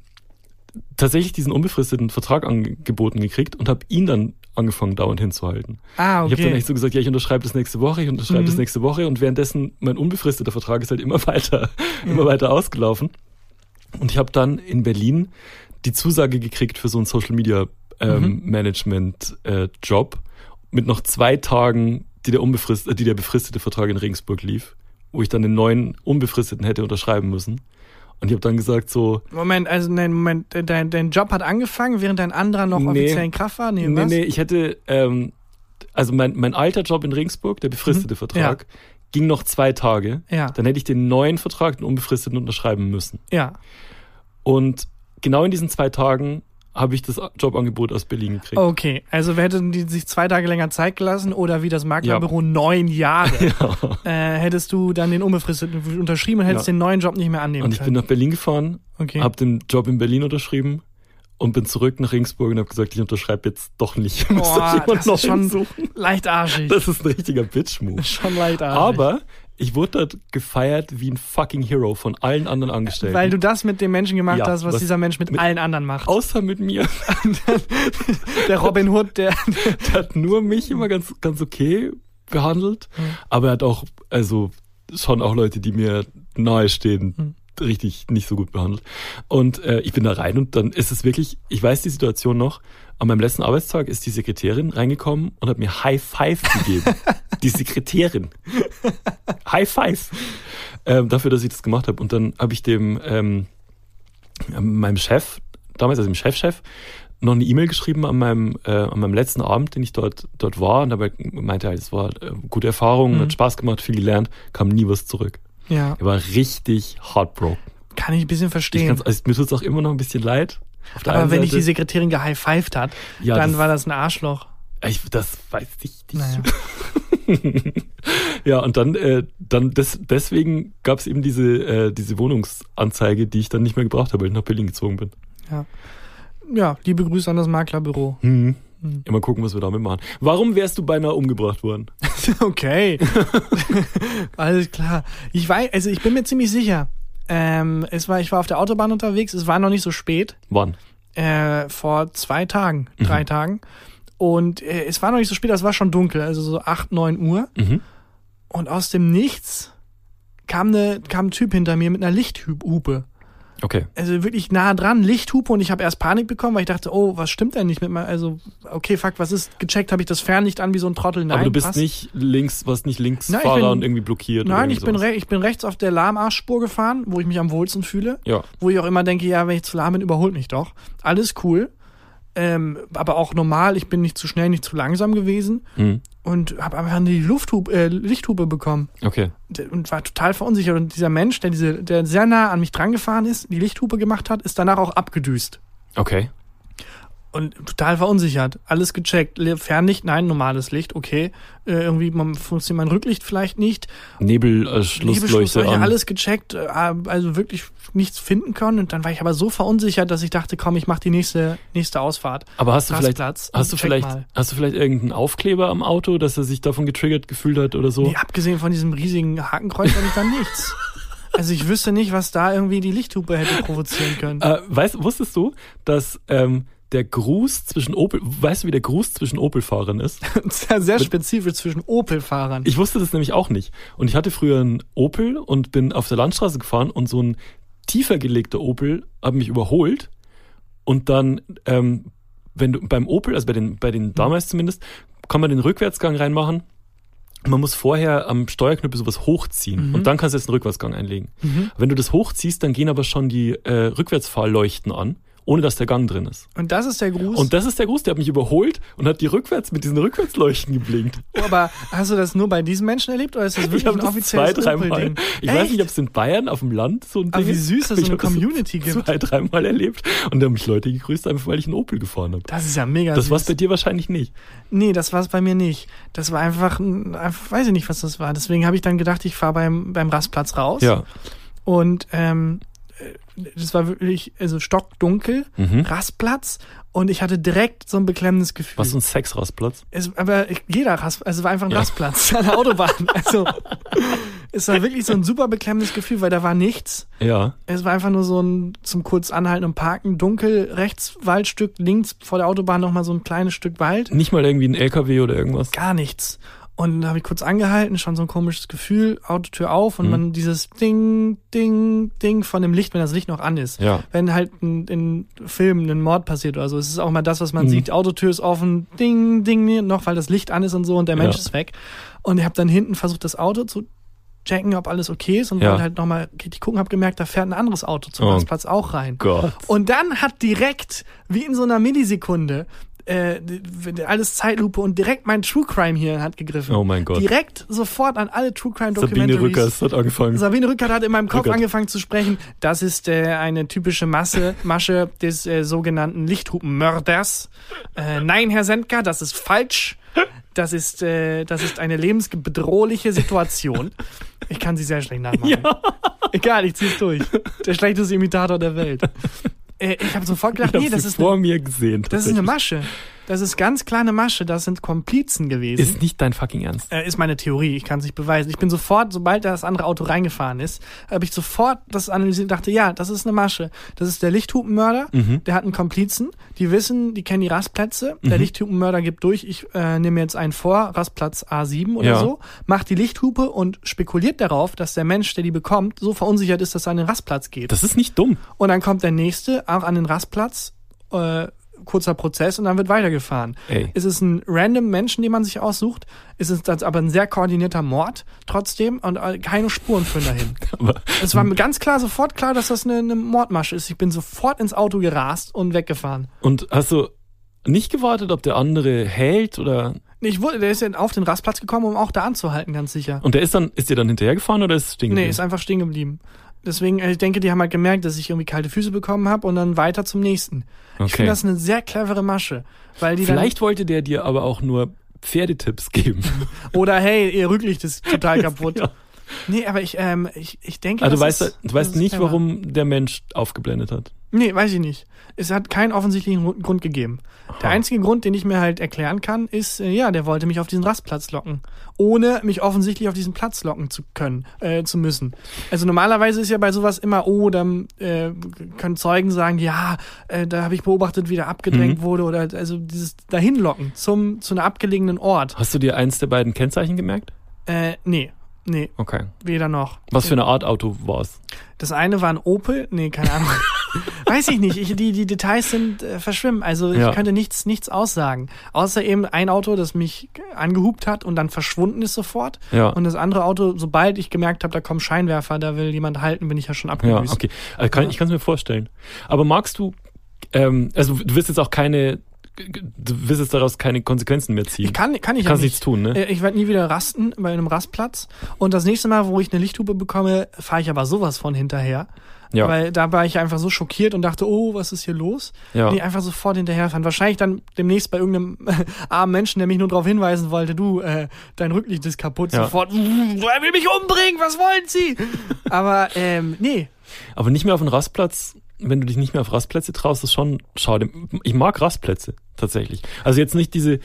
B: tatsächlich diesen unbefristeten Vertrag angeboten gekriegt und habe ihn dann angefangen dauernd hinzuhalten.
A: Ah, okay.
B: Ich habe dann echt so gesagt, ja, ich unterschreibe das nächste Woche, ich unterschreibe
A: Mhm.
B: das nächste Woche und währenddessen mein unbefristeter Vertrag ist halt immer weiter, immer weiter ausgelaufen. Und ich habe dann in Berlin die Zusage gekriegt für so einen Social Media ähm,
A: Mhm.
B: Management äh, Job mit noch zwei Tagen, die der unbefrist, äh, die der befristete Vertrag in Regensburg lief, wo ich dann den neuen unbefristeten hätte unterschreiben müssen. Und ich habe dann gesagt so,
A: Moment, also nein, Moment, de- dein, dein Job hat angefangen, während dein anderer noch
B: Nee.
A: offiziell in Kraft war? Nee,
B: Nee,
A: was?
B: nee, ich hätte, ähm, also mein, mein alter Job in Regensburg, der
A: Mhm.
B: befristete Vertrag, ging noch zwei Tage.
A: Ja.
B: Dann hätte ich den neuen Vertrag, den unbefristeten, unterschreiben müssen.
A: Ja.
B: Und genau in diesen zwei Tagen habe ich das Jobangebot aus Berlin gekriegt.
A: Okay, also wir hätten die sich zwei Tage länger Zeit gelassen oder wie das Maklerbüro neun Jahre. Äh, hättest du dann den unbefristeten unterschrieben und hättest
B: Ja.
A: den neuen Job nicht mehr annehmen
B: Und ich bin
A: können.
B: nach Berlin gefahren,
A: Okay.
B: habe den Job in Berlin unterschrieben und bin zurück nach Regensburg und habe gesagt, ich unterschreibe jetzt doch nicht. Ich muss doch
A: Boah,
B: jemand
A: das ist schon
B: Neuen suchen.
A: leichtarschig.
B: Das ist ein richtiger Bitch-Move.
A: schon leichtarschig.
B: Aber ich wurde dort gefeiert wie ein fucking Hero von allen anderen Angestellten.
A: Äh, Weil du das mit dem Menschen gemacht
B: Ja,
A: hast, was,
B: was-
A: dieser Mensch mit,
B: mit- Oh
A: allen anderen macht.
B: Außer mit mir.
A: Der Robin Hood, der.
B: Der hat nur mich immer ganz, ganz okay behandelt. Aber er hat auch, also schon auch Leute, die mir nahestehen, richtig nicht so gut behandelt. Und äh, ich bin da rein und dann ist es wirklich, ich weiß die Situation noch, an meinem letzten Arbeitstag ist die Sekretärin reingekommen und hat mir High Five gegeben. die Sekretärin. High Five. Ähm, dafür, dass ich das gemacht habe. Und dann habe ich dem, ähm, meinem Chef, damals also dem Chefchef, noch eine E-Mail geschrieben an meinem, äh, an meinem letzten Abend, den ich dort, dort war. Und dabei meinte er, halt, es war äh, gute
A: Mhm.
B: Erfahrung, hat Spaß gemacht, viel gelernt, kam nie was zurück.
A: Ja,
B: Er war richtig heartbroken.
A: kann ich ein bisschen
B: Ich
A: verstehen.
B: kann's, also, mir tut's auch immer noch ein bisschen leid. Auf der
A: Aber
B: einen
A: wenn dich die
B: Seite-
A: Sekretärin gehighfived hat,
B: Ja,
A: dann
B: das-
A: war das ein Arschloch.
B: ich, das weiß ich nicht.
A: Naja.
B: Ja, und dann, äh, dann des, deswegen gab's eben diese, äh, diese Wohnungsanzeige, die ich dann nicht mehr gebraucht habe, weil ich nach Berlin gezogen bin.
A: Ja, liebe Grüße an das Maklerbüro.
B: Hm. Ja, mal gucken, was wir damit machen. Warum wärst du beinahe umgebracht worden?
A: Okay. Alles klar. Ich weiß, also ich bin mir ziemlich sicher. Ähm, es war, ich war auf der Autobahn unterwegs, es war noch nicht so spät.
B: Wann?
A: Äh, vor zwei Tagen, drei Tagen. Und äh, es war noch nicht so spät, es war schon dunkel, also so 8, 9 Uhr.
B: Mhm.
A: Und aus dem Nichts kam, ne, kam ein Typ hinter mir mit einer Lichthupe.
B: Okay.
A: also wirklich nah dran, Lichthupe und ich habe erst Panik bekommen, weil ich dachte, oh, was stimmt denn nicht mit meinem, also, okay, fuck, was ist, gecheckt habe ich das Fernlicht an wie so ein Trottel, nein,
B: Aber du bist
A: passt.
B: nicht links, was nicht links
A: Nein, ich
B: Fahrer
A: bin-
B: und irgendwie blockiert.
A: Nein,
B: oder
A: ich bin,
B: rechts.
A: re ich bin rechts auf der Lahmarschspur gefahren, wo ich mich am wohlsten fühle,
B: Ja.
A: wo ich auch immer denke, ja, wenn ich zu lahm bin, überholt mich doch. Alles cool. Ähm, aber auch normal, ich bin nicht zu schnell, nicht zu langsam gewesen
B: Mhm.
A: und habe einfach eine Lufthub, äh, Lichthupe bekommen
B: Okay.
A: D- und war total verunsichert. Und dieser Mensch, der, diese, der sehr nah an mich drangefahren ist, die Lichthupe gemacht hat, ist danach auch abgedüst.
B: Okay.
A: Und total verunsichert. Alles gecheckt. Le- Fernlicht, nein, normales Licht, okay. Äh, irgendwie man, funktioniert mein Rücklicht vielleicht nicht.
B: Nebel, äh, Schlussleuchte
A: Nebelschlussleuchte,
B: an.
A: alles gecheckt. äh, Also wirklich nichts finden können. Und dann war ich aber so verunsichert, dass ich dachte, komm, ich mache die nächste, nächste Ausfahrt.
B: Aber hast du vielleicht,
A: Rastplatz.
B: hast du
A: Check
B: vielleicht,
A: mal.
B: hast du vielleicht irgendeinen Aufkleber am Auto, dass er sich davon getriggert gefühlt hat oder so?
A: Nee, abgesehen von diesem riesigen Hakenkreuz habe ich dann nichts. Also ich wüsste nicht, was da irgendwie die Lichthupe hätte provozieren können.
B: Äh, weißt, wusstest du, dass ähm, der Gruß zwischen Opel, weißt du, wie der Gruß zwischen Opel-Fahrern ist?
A: Sehr, sehr spezifisch zwischen Opel-Fahrern.
B: Ich wusste das nämlich auch nicht. Und ich hatte früher einen Opel und bin auf der Landstraße gefahren und so ein tiefer gelegter Opel hat mich überholt und dann, ähm, wenn du beim Opel, also bei den, bei den damals zumindest, kann man den Rückwärtsgang reinmachen. Man muss vorher am Steuerknüppel sowas hochziehen und dann kannst du jetzt einen Rückwärtsgang einlegen. Wenn du das hochziehst, dann gehen aber schon die äh, Rückwärtsfahrleuchten an, ohne dass der Gang drin ist.
A: Und das ist der Gruß.
B: Und das ist der Gruß, der hat mich überholt und hat die rückwärts mit diesen Rückwärtsleuchten geblinkt.
A: aber hast du das nur bei diesen Menschen erlebt oder ist das
B: Ich
A: wirklich
B: habe
A: ein
B: das zwei,
A: offizielles
B: dreimal.
A: Opel-Ding?
B: Ich weiß
A: Echt?
B: nicht, ob es in Bayern auf dem Land so ein Ding
A: Aber wie
B: ist.
A: süß, dass es
B: Ich
A: so eine
B: hab das
A: Community gibt.
B: Zwei, dreimal erlebt. Und da haben mich Leute gegrüßt, einfach weil ich einen Opel gefahren habe.
A: Das ist ja mega
B: Das
A: süß.
B: war es bei dir wahrscheinlich nicht.
A: Nee, das war es bei mir nicht. Das war einfach, ein- einfach, weiß ich nicht, was das war. Deswegen habe ich dann gedacht, ich fahre beim, beim Rastplatz raus. Und ähm, äh, das war wirklich, also stockdunkel,
B: Mhm.
A: Rastplatz. Und ich hatte direkt so ein beklemmendes Gefühl.
B: Was so ein Sexrastplatz.
A: Es, aber jeder Rast, also war einfach ein Rastplatz an der Autobahn. Also es war wirklich so ein super beklemmendes Gefühl, weil da war nichts.
B: Ja.
A: Es war einfach nur so ein zum kurz anhalten und parken, dunkel, rechts Waldstück, links vor der Autobahn nochmal so ein kleines Stück Wald,
B: Nicht mal irgendwie ein LKW oder irgendwas.
A: gar nichts. Und dann habe ich kurz angehalten, schon so ein komisches Gefühl, Autotür auf
B: Mhm.
A: und man dieses Ding, Ding, Ding von dem Licht, wenn das Licht noch an ist.
B: Ja.
A: Wenn halt in, in Filmen ein Mord passiert oder so, es ist auch mal das, was
B: Mhm.
A: man sieht, Autotür ist offen, Ding, Ding, noch, weil das Licht an ist und so und der Mensch
B: Ja.
A: ist weg. Und ich habe dann hinten versucht, das Auto zu checken, ob alles okay ist und
B: Ja.
A: wollte halt nochmal richtig gucken, habe gemerkt, da fährt ein anderes Auto zum
B: Oh
A: Rastplatz auch rein.
B: Gott.
A: Und dann hat direkt, wie in so einer Millisekunde, äh, alles Zeitlupe und direkt mein True Crime hier hat gegriffen.
B: Oh mein Gott.
A: Direkt sofort an alle True Crime Documentaries.
B: Sabine Rückers hat angefangen.
A: Sabine Rückert hat in meinem Kopf
B: Rückert.
A: angefangen zu sprechen. Das ist äh, eine typische Masse, Masche des äh, sogenannten Lichthupenmörders. Äh, nein, Herr Sendker, das ist falsch. Das ist, äh, das ist eine lebensbedrohliche Situation. Ich kann sie sehr schlecht nachmachen. Egal, ich zieh's durch. Der schlechteste Imitator der Welt. Äh, ich habe sofort
B: ich
A: gedacht,
B: hab
A: nee, das
B: sie
A: ist,
B: vor
A: eine,
B: mir gesehen.
A: das ist eine
B: tatsächlich.
A: Masche. Das ist ganz kleine Masche. Das sind Komplizen gewesen.
B: Ist nicht dein fucking Ernst.
A: Äh, ist meine Theorie, ich kann es nicht beweisen. Ich bin sofort, sobald das andere Auto reingefahren ist, habe ich sofort das analysiert und dachte, ja, das ist eine Masche. Das ist der Lichthupenmörder, der hat einen Komplizen, die wissen, die kennen die Rastplätze. Der Lichthupenmörder gibt durch, ich äh, nehme jetzt einen vor, Rastplatz A7 oder
B: Ja.
A: so, macht die Lichthupe und spekuliert darauf, dass der Mensch, der die bekommt, so verunsichert ist, dass er an den Rastplatz geht.
B: Das ist nicht dumm.
A: Und dann kommt der nächste auch an den Rastplatz, äh, kurzer Prozess und dann wird weitergefahren.
B: Ey.
A: Es ist ein random Menschen, den man sich aussucht. Es ist das aber ein sehr koordinierter Mord trotzdem und äh, keine Spuren führen dahin.
B: Aber
A: es war mir ganz klar, sofort klar, dass das eine, eine Mordmasche ist. Ich bin sofort ins Auto gerast und weggefahren.
B: und hast du nicht gewartet, ob der andere hält oder.
A: Ich wurde, der ist ja auf den Rastplatz gekommen, um auch da anzuhalten, ganz sicher.
B: Und der ist dann, ist dir dann hinterhergefahren oder ist es stehen
A: Nee,
B: geblieben?
A: ist einfach stehen geblieben. Deswegen, äh, ich denke, die haben halt gemerkt, dass ich irgendwie kalte Füße bekommen habe und dann weiter zum nächsten. Ich
B: Okay.
A: finde das eine sehr clevere Masche. Weil die dann,
B: Vielleicht wollte der dir aber auch nur Pferdetipps geben.
A: Oder hey, ihr Rücklicht ist total kaputt.
B: Ja.
A: Nee, aber ich, ähm, ich, ich denke.
B: Also du
A: das
B: weißt,
A: ist,
B: du
A: das
B: weißt
A: ist
B: nicht,
A: clever.
B: warum der Mensch aufgeblendet hat.
A: Nee, weiß ich nicht. Es hat keinen offensichtlichen Grund- Grund gegeben. Der
B: Aha.
A: einzige Grund, den ich mir halt erklären kann, ist, äh, ja, der wollte mich auf diesen Rastplatz locken. Ohne mich offensichtlich auf diesen Platz locken zu können, äh, zu müssen. Also normalerweise ist ja bei sowas immer, oh, dann äh, können Zeugen sagen, ja, äh, da habe ich beobachtet, wie der
B: Mhm.
A: abgedrängt wurde oder also dieses Dahinlocken zum, zu einem abgelegenen Ort.
B: Hast du dir eins der beiden Kennzeichen gemerkt?
A: Äh, nee, nee,
B: Okay.
A: weder noch.
B: Was für eine Art Auto war es?
A: Das eine war ein Opel, nee, keine Ahnung. Weiß ich nicht. Ich, die, die Details sind äh, verschwimmen. Also ich
B: Ja.
A: könnte nichts, nichts aussagen. Außer eben ein Auto, das mich angehupt hat und dann verschwunden ist sofort.
B: Ja.
A: Und das andere Auto, sobald ich gemerkt habe, da kommen Scheinwerfer, da will jemand halten, bin ich ja schon
B: Ja, Äh,
A: abgedüst.
B: okay. Also kann, Ich kann es mir vorstellen. Aber magst du Ähm, also du wirst jetzt auch keine, du wirst jetzt daraus keine Konsequenzen mehr ziehen.
A: Ich kann, kann ich
B: Kannst
A: ja
B: nichts tun, ne?
A: Äh, Ich werde nie wieder rasten bei einem Rastplatz. Und das nächste Mal, wo ich eine Lichthupe bekomme, fahre ich aber sowas von hinterher.
B: Ja.
A: Weil da war ich einfach so schockiert und dachte, oh, was ist hier los?
B: Ja.
A: Bin ich einfach sofort hinterherfahren. Wahrscheinlich dann demnächst bei irgendeinem armen Menschen, der mich nur darauf hinweisen wollte, du, äh, dein Rücklicht ist kaputt,
B: Ja.
A: sofort, "Mm, er will mich umbringen, was wollen Sie? Aber ähm, nee,
B: Aber nicht mehr auf den Rastplatz, wenn du dich nicht mehr auf Rastplätze traust, ist schon schade. Ich mag Rastplätze tatsächlich. Also jetzt nicht diese,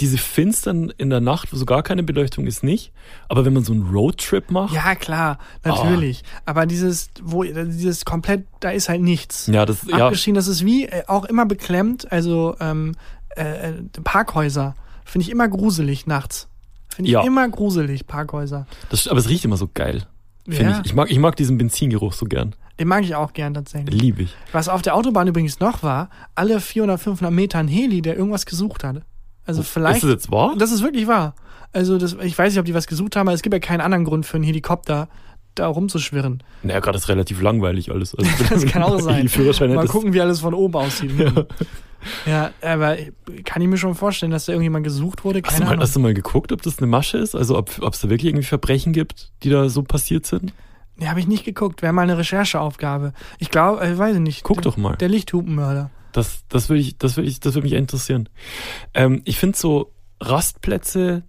B: diese Finstern in der Nacht, wo so gar keine Beleuchtung ist, nicht. Aber wenn man so einen Roadtrip macht,
A: ja klar, natürlich.
B: Oh.
A: Aber dieses, wo, dieses komplett, da ist halt nichts.
B: ja, das, ja,
A: abgeschieden. Das ist wie äh, auch immer beklemmt. Also ähm, äh, äh, Parkhäuser finde ich immer gruselig nachts. Finde ich
B: Ja.
A: immer gruselig Parkhäuser.
B: das, aber es riecht immer so geil. Finde
A: Ja.
B: ich. Ich mag, ich mag diesen Benzingeruch so gern.
A: Den mag ich auch gern tatsächlich.
B: Liebe ich.
A: Was auf der Autobahn übrigens noch war, alle 400, 500 Meter ein Heli, der irgendwas gesucht hatte. Also
B: ist
A: vielleicht.
B: das jetzt wahr?
A: Das ist wirklich wahr. Also das, ich weiß nicht, ob die was gesucht haben, aber es gibt ja keinen anderen Grund für einen Helikopter, da rumzuschwirren.
B: Naja, gerade ist relativ langweilig alles. Also,
A: Das kann auch sein.
B: Die Führerschein
A: Mal
B: hättest-
A: gucken, wie alles von oben aussieht. Ja. aber kann ich mir schon vorstellen, dass da irgendjemand gesucht wurde?
B: Hast du,
A: Keine
B: mal,
A: Ahnung.
B: hast du mal geguckt, ob das eine Masche ist? Also ob ob es da wirklich irgendwie Verbrechen gibt, die da so passiert sind?
A: Ja, habe ich nicht geguckt. Wäre mal eine Rechercheaufgabe. Ich glaube, äh, weiß ich nicht.
B: Guck
A: der,
B: doch mal.
A: Der Lichthupenmörder.
B: Das, das würde ich, das würde ich, das würde mich interessieren. Ähm, ich finde so Rastplätze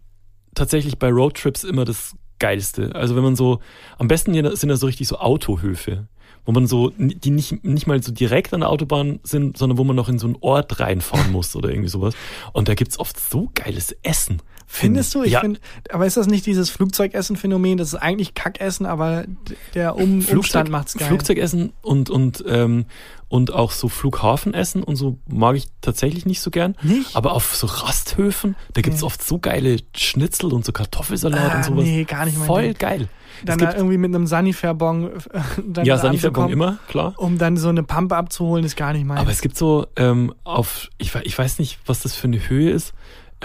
B: tatsächlich bei Roadtrips immer das Geilste. Also wenn man so, am besten hier sind da so richtig so Autohöfe, wo man so, ni- die nicht, nicht mal so direkt an der Autobahn sind, sondern wo man noch in so einen Ort reinfahren muss oder irgendwie sowas. Und da gibt's oft so geiles Essen.
A: Findest du? Ich
B: ja,
A: find, aber ist das nicht dieses Flugzeugessen-Phänomen? Das ist eigentlich Kackessen, aber d- der um Umstand macht's geil.
B: Flugzeugessen und, und, ähm, und auch so Flughafenessen und so mag ich tatsächlich nicht so gern.
A: Nicht?
B: Aber auf so Rasthöfen, da gibt's
A: Nee.
B: oft so geile Schnitzel und so Kartoffelsalat
A: Ah,
B: und sowas.
A: nee, gar nicht mein
B: Voll
A: Ding.
B: geil.
A: dann
B: es
A: da
B: gibt,
A: irgendwie mit einem Sanifair-Bong äh, dann
B: ja,
A: da
B: Sanifair-Bong
A: anzukommen,
B: immer, klar.
A: Um dann so eine Pampe abzuholen, ist gar nicht mein.
B: Aber es gibt so ähm, auf, ich, we- ich weiß nicht, was das für eine Höhe ist,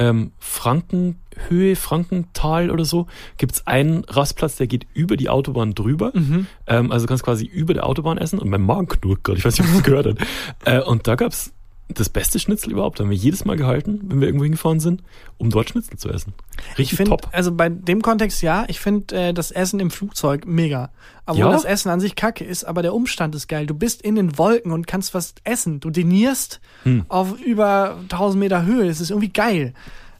B: ähm, Frankenhöhe, Frankental oder so, gibt's einen Rastplatz, der geht über die Autobahn drüber.
A: mhm.
B: Ähm, also kannst quasi über der Autobahn essen und mein Magen knurrt gerade, ich weiß nicht, ob ihr es gehört habt. Äh, und da gab's das beste Schnitzel überhaupt. Da haben wir jedes Mal gehalten, wenn wir irgendwo hingefahren sind, um dort Schnitzel zu essen.
A: Ich
B: Richtig
A: finde,
B: top.
A: also bei dem Kontext ja, ich finde äh, das Essen im Flugzeug mega. Obwohl
B: Ja?
A: das Essen an sich kacke ist, aber der Umstand ist geil. Du bist in den Wolken und kannst was essen. Du dinierst
B: Hm.
A: auf über 1000 Meter Höhe. Das ist irgendwie geil.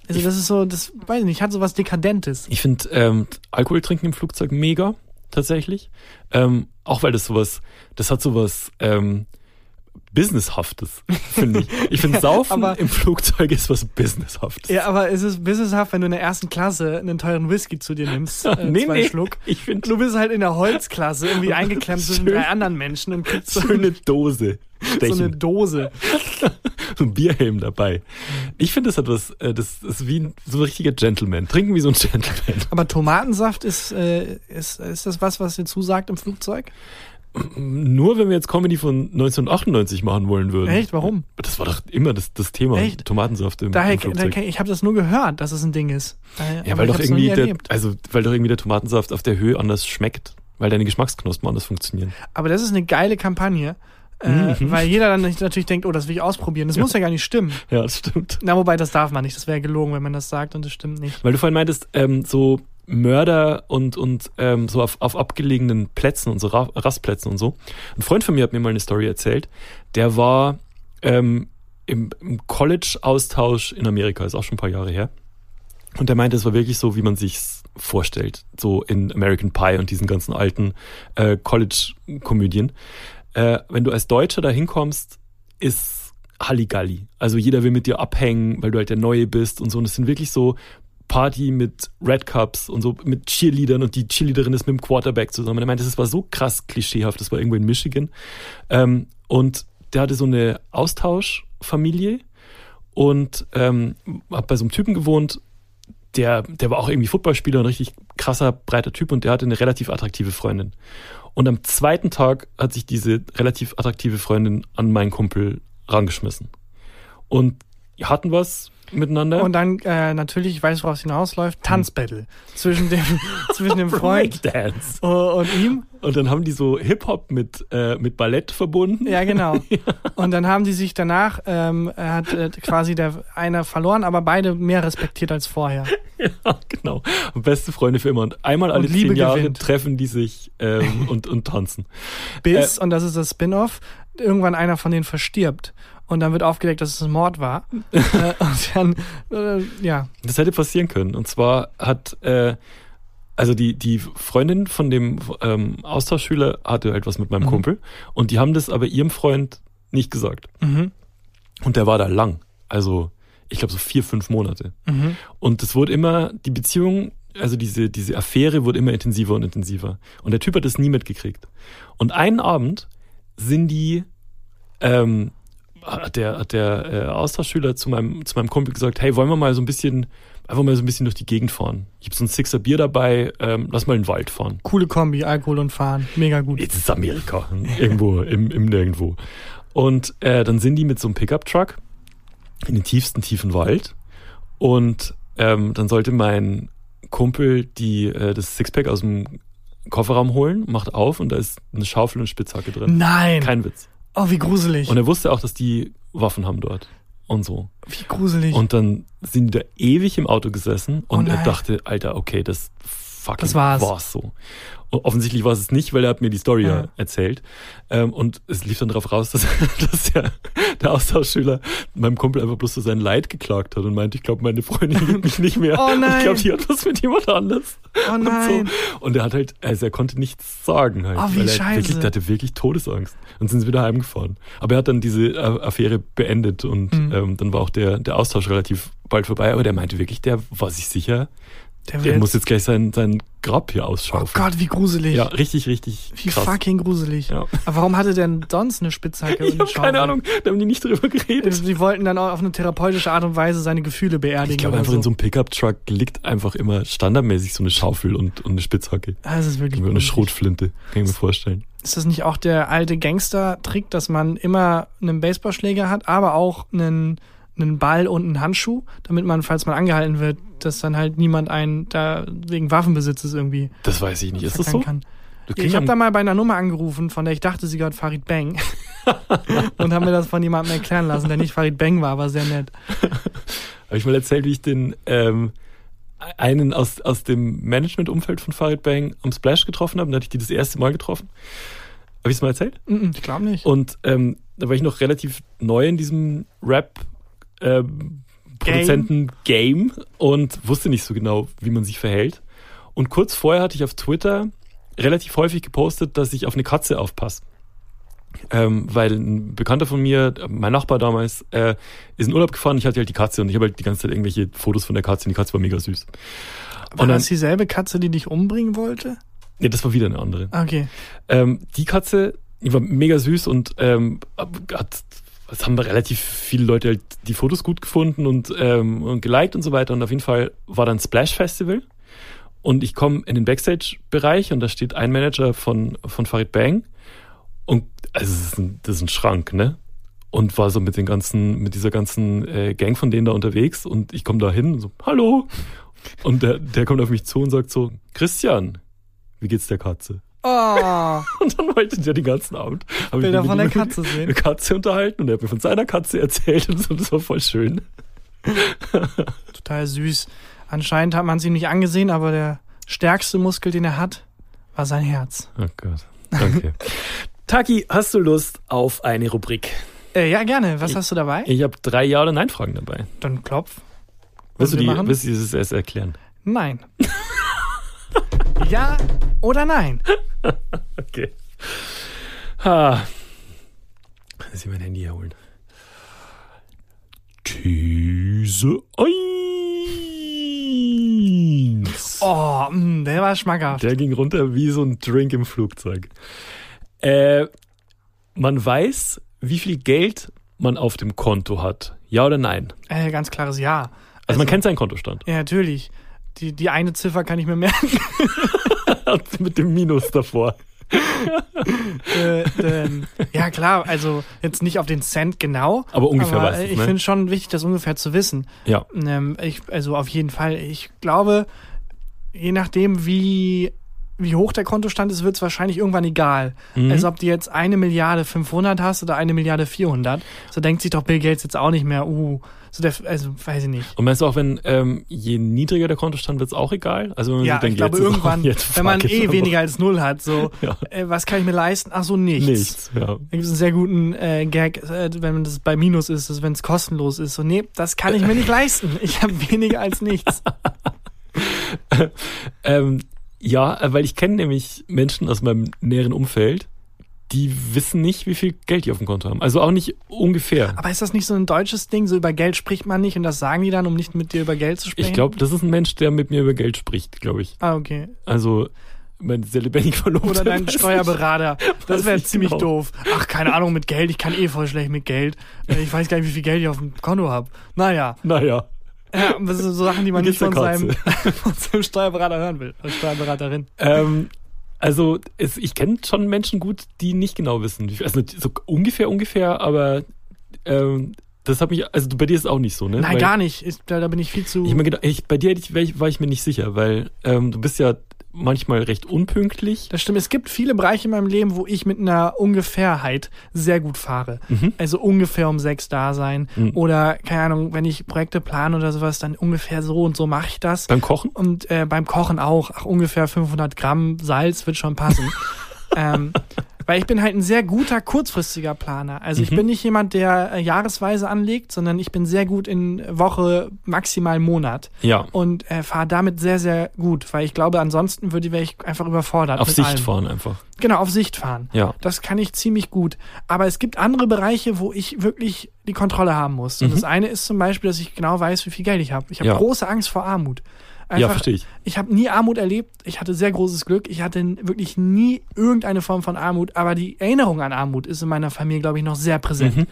A: Also das ist so, das weiß ich nicht, hat so was Dekadentes.
B: Ich finde ähm, Alkohol trinken im Flugzeug mega, tatsächlich. Ähm, auch weil das sowas, das hat sowas ähm, Businesshaftes, finde ich. Ich finde Saufen
A: aber-
B: im Flugzeug ist was Businesshaftes.
A: Ja, aber es ist busineshaft, wenn du in der ersten Klasse einen teuren Whisky zu dir nimmst, äh, zwei Schluck.
B: Ich finde
A: Du bist halt in der Holzklasse irgendwie eingeklemmt zwischen
B: Schön.
A: drei anderen Menschen und kriegst so,
B: so eine Dose.
A: so
B: stechen.
A: eine Dose.
B: so ein Bierhelm dabei. Ich finde, das hat was, äh, das ist wie ein, so ein richtiger Gentleman. Trinken wie so ein Gentleman.
A: Aber Tomatensaft ist, äh, ist, ist das was, was dir zusagt im Flugzeug?
B: Nur wenn wir jetzt Comedy von 1998 machen wollen würden.
A: Echt? Warum?
B: Das war doch immer das, das Thema.
A: Echt?
B: Tomatensaft im,
A: Daher,
B: im
A: da,
B: Flugzeug.
A: kenn- ich habe das nur gehört, dass es ein Ding ist. Daher,
B: ja,
A: aber
B: weil
A: ich
B: doch
A: hab's
B: irgendwie
A: noch nie
B: der,
A: erlebt.
B: also, weil doch irgendwie der Tomatensaft auf der Höhe anders schmeckt. Weil deine Geschmacksknospen anders funktionieren.
A: Aber das ist eine geile Kampagne, äh,
B: Mhm.
A: weil jeder dann nicht- natürlich denkt, oh, das will ich ausprobieren. Das muss ja gar nicht stimmen.
B: Ja, das stimmt.
A: Na, wobei, das darf man nicht. Das wäre gelogen, wenn man das sagt und das stimmt nicht.
B: Weil du vorhin meintest, ähm, so Mörder und, und ähm, so auf, auf abgelegenen Plätzen und so Ra Rastplätzen und so. Ein Freund von mir hat mir mal eine Story erzählt, der war ähm, im, im College-Austausch in Amerika, ist auch schon ein paar Jahre her. Und der meinte, es war wirklich so, wie man sich's vorstellt, so in American Pie und diesen ganzen alten äh, College-Komödien. Äh, wenn du als Deutscher da hinkommst, ist Halligalli. Also jeder will mit dir abhängen, weil du halt der Neue bist und so. Und es sind wirklich so Party mit Red Cups und so mit Cheerleadern und die Cheerleaderin ist mit dem Quarterback zusammen. Und er meinte, das war so krass klischeehaft, das war irgendwo in Michigan. Ähm, und der hatte so eine Austauschfamilie und ähm, hat bei so einem Typen gewohnt, der, der war auch irgendwie Footballspieler, ein richtig krasser, breiter Typ und der hatte eine relativ attraktive Freundin. Und am zweiten Tag hat sich diese relativ attraktive Freundin an meinen Kumpel rangeschmissen. Und hatten was miteinander.
A: Und dann äh, natürlich, ich weiß, worauf es hinausläuft, Tanzbattle zwischen dem, zwischen dem Freund
B: Breakdance.
A: äh, und ihm.
B: Und dann haben die so Hip-Hop mit, äh, mit Ballett verbunden.
A: Ja, genau. Und dann haben die sich danach, ähm, er hat äh, quasi der einer verloren, aber beide mehr respektiert als vorher.
B: Ja, genau. Und beste Freunde für immer. Und einmal alle
A: Und Liebe
B: zehn Jahre
A: gewinnt.
B: treffen die sich ähm, und, und tanzen. Äh.
A: Bis, und das ist das Spin-off, irgendwann einer von denen verstirbt. Und dann wird aufgedeckt, dass es ein Mord war. äh, und dann, äh, ja,
B: Das hätte passieren können. Und zwar hat, äh, also die, die Freundin von dem ähm, Austauschschüler hatte halt was mit
A: Mhm.
B: meinem Kumpel. Und die haben das aber ihrem Freund nicht gesagt.
A: Mhm.
B: Und der war da lang. Also, ich glaube, so vier, fünf Monate. Und es wurde immer, die Beziehung, also diese, diese Affäre wurde immer intensiver und intensiver. Und der Typ hat es nie mitgekriegt. Und einen Abend sind die, ähm, hat der, hat der äh, Austauschschüler zu meinem, zu meinem Kumpel gesagt, hey, wollen wir mal so ein bisschen, einfach mal so ein bisschen durch die Gegend fahren. Ich habe so ein Sixer Bier dabei, ähm, lass mal in den Wald fahren.
A: coole Kombi, Alkohol und Fahren. Mega gut.
B: Jetzt ist Amerika. Irgendwo, im, im Nirgendwo. Und äh, dann sind die mit so einem Pickup-Truck in den tiefsten, tiefen Wald. Und ähm, dann sollte mein Kumpel die, äh, das Sixpack aus dem Kofferraum holen, macht auf und da ist eine Schaufel und Spitzhacke drin.
A: Nein.
B: Kein Witz.
A: oh, wie gruselig.
B: Und er wusste auch, dass die Waffen haben dort. Und so.
A: Wie gruselig.
B: Und dann sind die da ewig im Auto gesessen und
A: Oh
B: er
A: nein.
B: dachte, Alter, okay, das fucking
A: Das war's.
B: war's so. Und offensichtlich war es nicht, weil er hat mir die Story
A: Ja.
B: ja. erzählt. Ähm, und es lief dann darauf raus, dass, dass der, der Austauschschüler meinem Kumpel einfach bloß so sein Leid geklagt hat und meinte, ich glaube, meine Freundin liebt mich nicht mehr.
A: Oh nein.
B: Ich glaube, die hat was mit jemand anders.
A: oh
B: Und,
A: nein.
B: so. und er hat halt, also er konnte nichts sagen halt.
A: Oh, wie
B: weil er
A: scheiße.
B: Wirklich, der hatte wirklich Todesangst. Und sind sie wieder heimgefahren. Aber er hat dann diese äh, Affäre beendet und
A: Mhm.
B: ähm, dann war auch der, der Austausch relativ bald vorbei. Aber der meinte wirklich, der war sich sicher,
A: Der
B: der
A: will
B: muss
A: jetzt,
B: jetzt gleich sein, sein Grab hier
A: oh
B: ausschaufeln.
A: Gott, wie gruselig.
B: ja, richtig, richtig
A: Wie
B: krass.
A: fucking gruselig.
B: Ja.
A: Aber warum hatte der denn sonst eine Spitzhacke und eine
B: Ich habe
A: Schaufel?
B: keine Ahnung, da haben die nicht drüber geredet.
A: Sie wollten dann auch auf eine therapeutische Art und Weise seine Gefühle beerdigen.
B: Ich glaube
A: oder
B: einfach
A: so.
B: in so einem Pickup-Truck liegt einfach immer standardmäßig so eine Schaufel und, und eine Spitzhacke.
A: Ah, Das ist wirklich
B: Eine
A: gruselig.
B: Schrotflinte, kann ich mir vorstellen.
A: Ist das nicht auch der alte Gangster-Trick, dass man immer einen Baseballschläger hat, aber auch einen, einen Ball und einen Handschuh, damit man, falls man angehalten wird, dass dann halt niemand einen da wegen Waffenbesitzes irgendwie
B: Das weiß ich nicht. Ist das
A: verkacken
B: so?
A: kann.
B: Du kriegst
A: Ich habe
B: am-
A: da mal bei einer Nummer angerufen, von der ich dachte, sie gehört Farid Bang. und habe mir das von jemandem erklären lassen, der nicht Farid Bang war, aber sehr nett.
B: Habe ich mal erzählt, wie ich den ähm, einen aus, aus dem Management-Umfeld von Farid Bang am Splash getroffen habe. Da hatte ich die das erste Mal getroffen. Habe ich es mal erzählt?
A: Mhm, Ich glaube nicht.
B: Und ähm, da war ich noch relativ neu in diesem Rap. Ähm, Produzenten-Game und wusste nicht so genau, wie man sich verhält. Und kurz vorher hatte ich auf Twitter relativ häufig gepostet, dass ich auf eine Katze aufpasse. Ähm, weil ein Bekannter von mir, mein Nachbar damals, äh, ist in Urlaub gefahren. Ich hatte halt die Katze und ich habe halt die ganze Zeit irgendwelche Fotos von der Katze und die Katze war mega süß.
A: War
B: Und dann,
A: das dieselbe Katze, die dich umbringen wollte?
B: nee, das war wieder eine andere.
A: Okay.
B: Ähm, die Katze, die war mega süß und ähm, hat, es haben relativ viele Leute halt die Fotos gut gefunden und, ähm, und geliked und so weiter. Und auf jeden Fall war dann Splash Festival. Und ich komme in den Backstage-Bereich und da steht ein Manager von, von Farid Bang. Und also das, ist ein, das ist ein Schrank, ne? Und war so mit den ganzen, mit dieser ganzen äh, Gang von denen da unterwegs und ich komme da hin und so, hallo. Und der, der kommt auf mich zu und sagt so, Christian, wie geht's der Katze?
A: Oh,
B: Und dann wollte der den ganzen Abend. hab ich
A: Bilder
B: mich
A: von der
B: mit ihm über
A: Katze
B: die-
A: sehen.
B: Eine Katze unterhalten und er hat mir von seiner Katze erzählt und so, das war voll schön.
A: Total süß. Anscheinend hat man es ihm nicht angesehen, aber der stärkste Muskel, den er hat, war sein Herz.
B: Oh Gott. Danke.
D: Taki, hast du Lust auf eine Rubrik?
A: Äh, ja, gerne. Was hast du dabei?
B: Ich habe drei Ja- oder Nein-Fragen dabei.
A: Dann klopf.
B: Willst du,
A: wir
B: die,
A: machen?
B: willst du dieses erst erklären?
A: Nein. ja oder nein?
B: Okay. Ah. Ha. Muss ich mein Handy herholen. These 1.
A: Oh, mh, der war schmackhaft.
B: Der ging runter wie so ein Drink im Flugzeug. Äh, man weiß, wie viel Geld man auf dem Konto hat. Ja oder nein?
A: Äh, ganz klares Ja.
B: Also, man kennt seinen Kontostand.
A: Ja, natürlich. Die, die eine Ziffer kann ich mir merken.
B: Mit dem Minus davor.
A: äh, denn, ja klar, also jetzt nicht auf den Cent genau.
B: Aber ungefähr
A: aber
B: weißt
A: äh,
B: du's,
A: ich
B: ne?
A: finde schon wichtig, das ungefähr zu wissen.
B: Ja.
A: Ähm, ich, also auf jeden Fall. Ich glaube, je nachdem, wie, wie hoch der Kontostand ist, wird es wahrscheinlich irgendwann egal.
B: Mhm.
A: Also ob du jetzt eine Milliarde 500 hast oder eine Milliarde 400, so denkt sich doch Bill Gates jetzt auch nicht mehr, uh, so der, also weiß ich nicht.
B: Und meinst du auch, wenn ähm, je niedriger der Kontostand, wird es auch egal? Also wenn man
A: Ja,
B: sich denkt,
A: ich glaube
B: jetzt ist auch-
A: irgendwann,
B: jetzt
A: wenn man
B: fuck, jetzt
A: eh
B: aber
A: weniger als null hat, so,
B: Ja.
A: äh, was kann ich mir leisten? Ach so, nichts.
B: nichts. Ja.
A: Da gibt es einen sehr guten äh, Gag, äh, wenn das bei Minus ist, also wenn es kostenlos ist. So, nee, das kann ich mir nicht leisten. Ich habe weniger als nichts.
B: Ähm, ja, äh, weil ich kenne nämlich Menschen aus meinem näheren Umfeld, die wissen nicht, wie viel Geld die auf dem Konto haben. Also auch nicht ungefähr.
A: Aber ist das nicht so ein deutsches Ding? So über Geld spricht man nicht und das sagen die dann, um nicht mit dir über Geld zu sprechen?
B: Ich glaube, das ist ein Mensch, der mit mir über Geld spricht, glaube ich.
A: Ah, okay.
B: Also, mein sehr lebendig verlobt.
A: Oder dein Steuerberater. Das wäre
B: ich
A: ziemlich
B: genau.
A: doof. Ach, keine Ahnung mit Geld. Ich kann eh voll schlecht mit Geld. Äh, Ich weiß gar nicht, wie viel Geld ich auf dem Konto habe. Naja,
B: Naja.
A: ja, das sind so Sachen, die man
B: Wie
A: nicht
B: geht's
A: von
B: der
A: seinem, von seinem Steuerberater hören will. Oder Steuerberaterin.
B: Ähm, also, es, ich kenne schon Menschen gut, die nicht genau wissen. Wie viel, also, so ungefähr, ungefähr, aber ähm, das hat mich, also bei dir ist es auch nicht so, ne?
A: Nein,
B: Weil-
A: gar nicht. Ist, da, da bin ich viel zu...
B: Ich hab mir gedacht, ich, bei dir hätte ich, wär ich, war ich mir nicht sicher, weil ähm, du bist ja manchmal recht unpünktlich.
A: Das stimmt. Es gibt viele Bereiche in meinem Leben, wo ich mit einer Ungefährheit sehr gut fahre. Also ungefähr um sechs da sein. Oder, keine Ahnung, wenn ich Projekte plane oder sowas, dann ungefähr so und so mache ich das.
B: Beim Kochen?
A: Und äh, beim Kochen auch. Ach, ungefähr 500 Gramm Salz wird schon passen. ähm, weil ich bin halt ein sehr guter kurzfristiger Planer. Also ich bin nicht jemand, der äh, jahresweise anlegt, sondern ich bin sehr gut in Woche, maximal Monat.
B: Ja.
A: Und äh, fahre damit sehr, sehr gut, weil ich glaube, ansonsten würde wäre ich einfach überfordert.
B: Auf
A: mit
B: Sicht
A: allem.
B: fahren einfach.
A: Genau, auf Sicht fahren.
B: Ja.
A: Das kann ich ziemlich gut. Aber es gibt andere Bereiche, wo ich wirklich die Kontrolle haben muss. Und das eine ist zum Beispiel, dass ich genau weiß, wie viel Geld ich habe. Ich habe
B: Mhm. Ja.
A: große Angst vor Armut.
B: Ja, verstehe ich.
A: Ich habe nie Armut erlebt. Ich hatte sehr großes Glück. Ich hatte wirklich nie irgendeine Form von Armut. Aber die Erinnerung an Armut ist in meiner Familie, glaube ich, noch sehr präsent.
B: Mhm.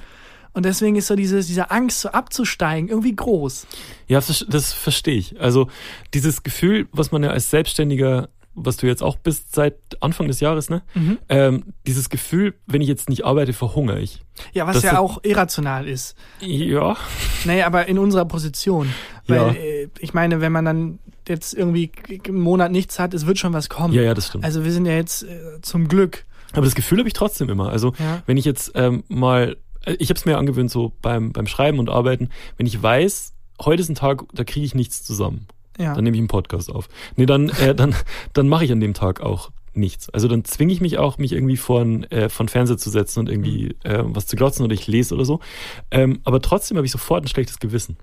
A: Und deswegen ist so dieses, diese Angst, so abzusteigen, irgendwie groß.
B: Ja, das, das verstehe ich. Also dieses Gefühl, was man ja als Selbstständiger, was du jetzt auch bist seit Anfang des Jahres, ne?
A: Mhm.
B: Ähm, dieses Gefühl, wenn ich jetzt nicht arbeite, verhungere ich.
A: Ja, was
B: Das
A: ja
B: ist-
A: auch irrational ist.
B: Ja.
A: Naja, aber in unserer Position. Weil
B: Ja.
A: äh, ich meine, wenn man dann jetzt irgendwie k- einen Monat nichts hat, es wird schon was kommen.
B: Ja, ja, das stimmt.
A: Also wir sind ja jetzt äh, zum Glück.
B: Aber das Gefühl habe ich trotzdem immer. Also
A: Ja.
B: wenn ich jetzt ähm, mal, ich habe es mir angewöhnt so beim, beim Schreiben und Arbeiten, wenn ich weiß, heute ist ein Tag, da kriege ich nichts zusammen.
A: Ja.
B: Dann nehme ich einen Podcast auf. Nee, dann, äh, dann, dann mache ich an dem Tag auch nichts. Also dann zwinge ich mich auch, mich irgendwie vor einen äh, vor den Fernseher zu setzen und irgendwie äh, was zu glotzen oder ich lese oder so. Ähm, aber trotzdem habe ich sofort ein schlechtes Gewissen.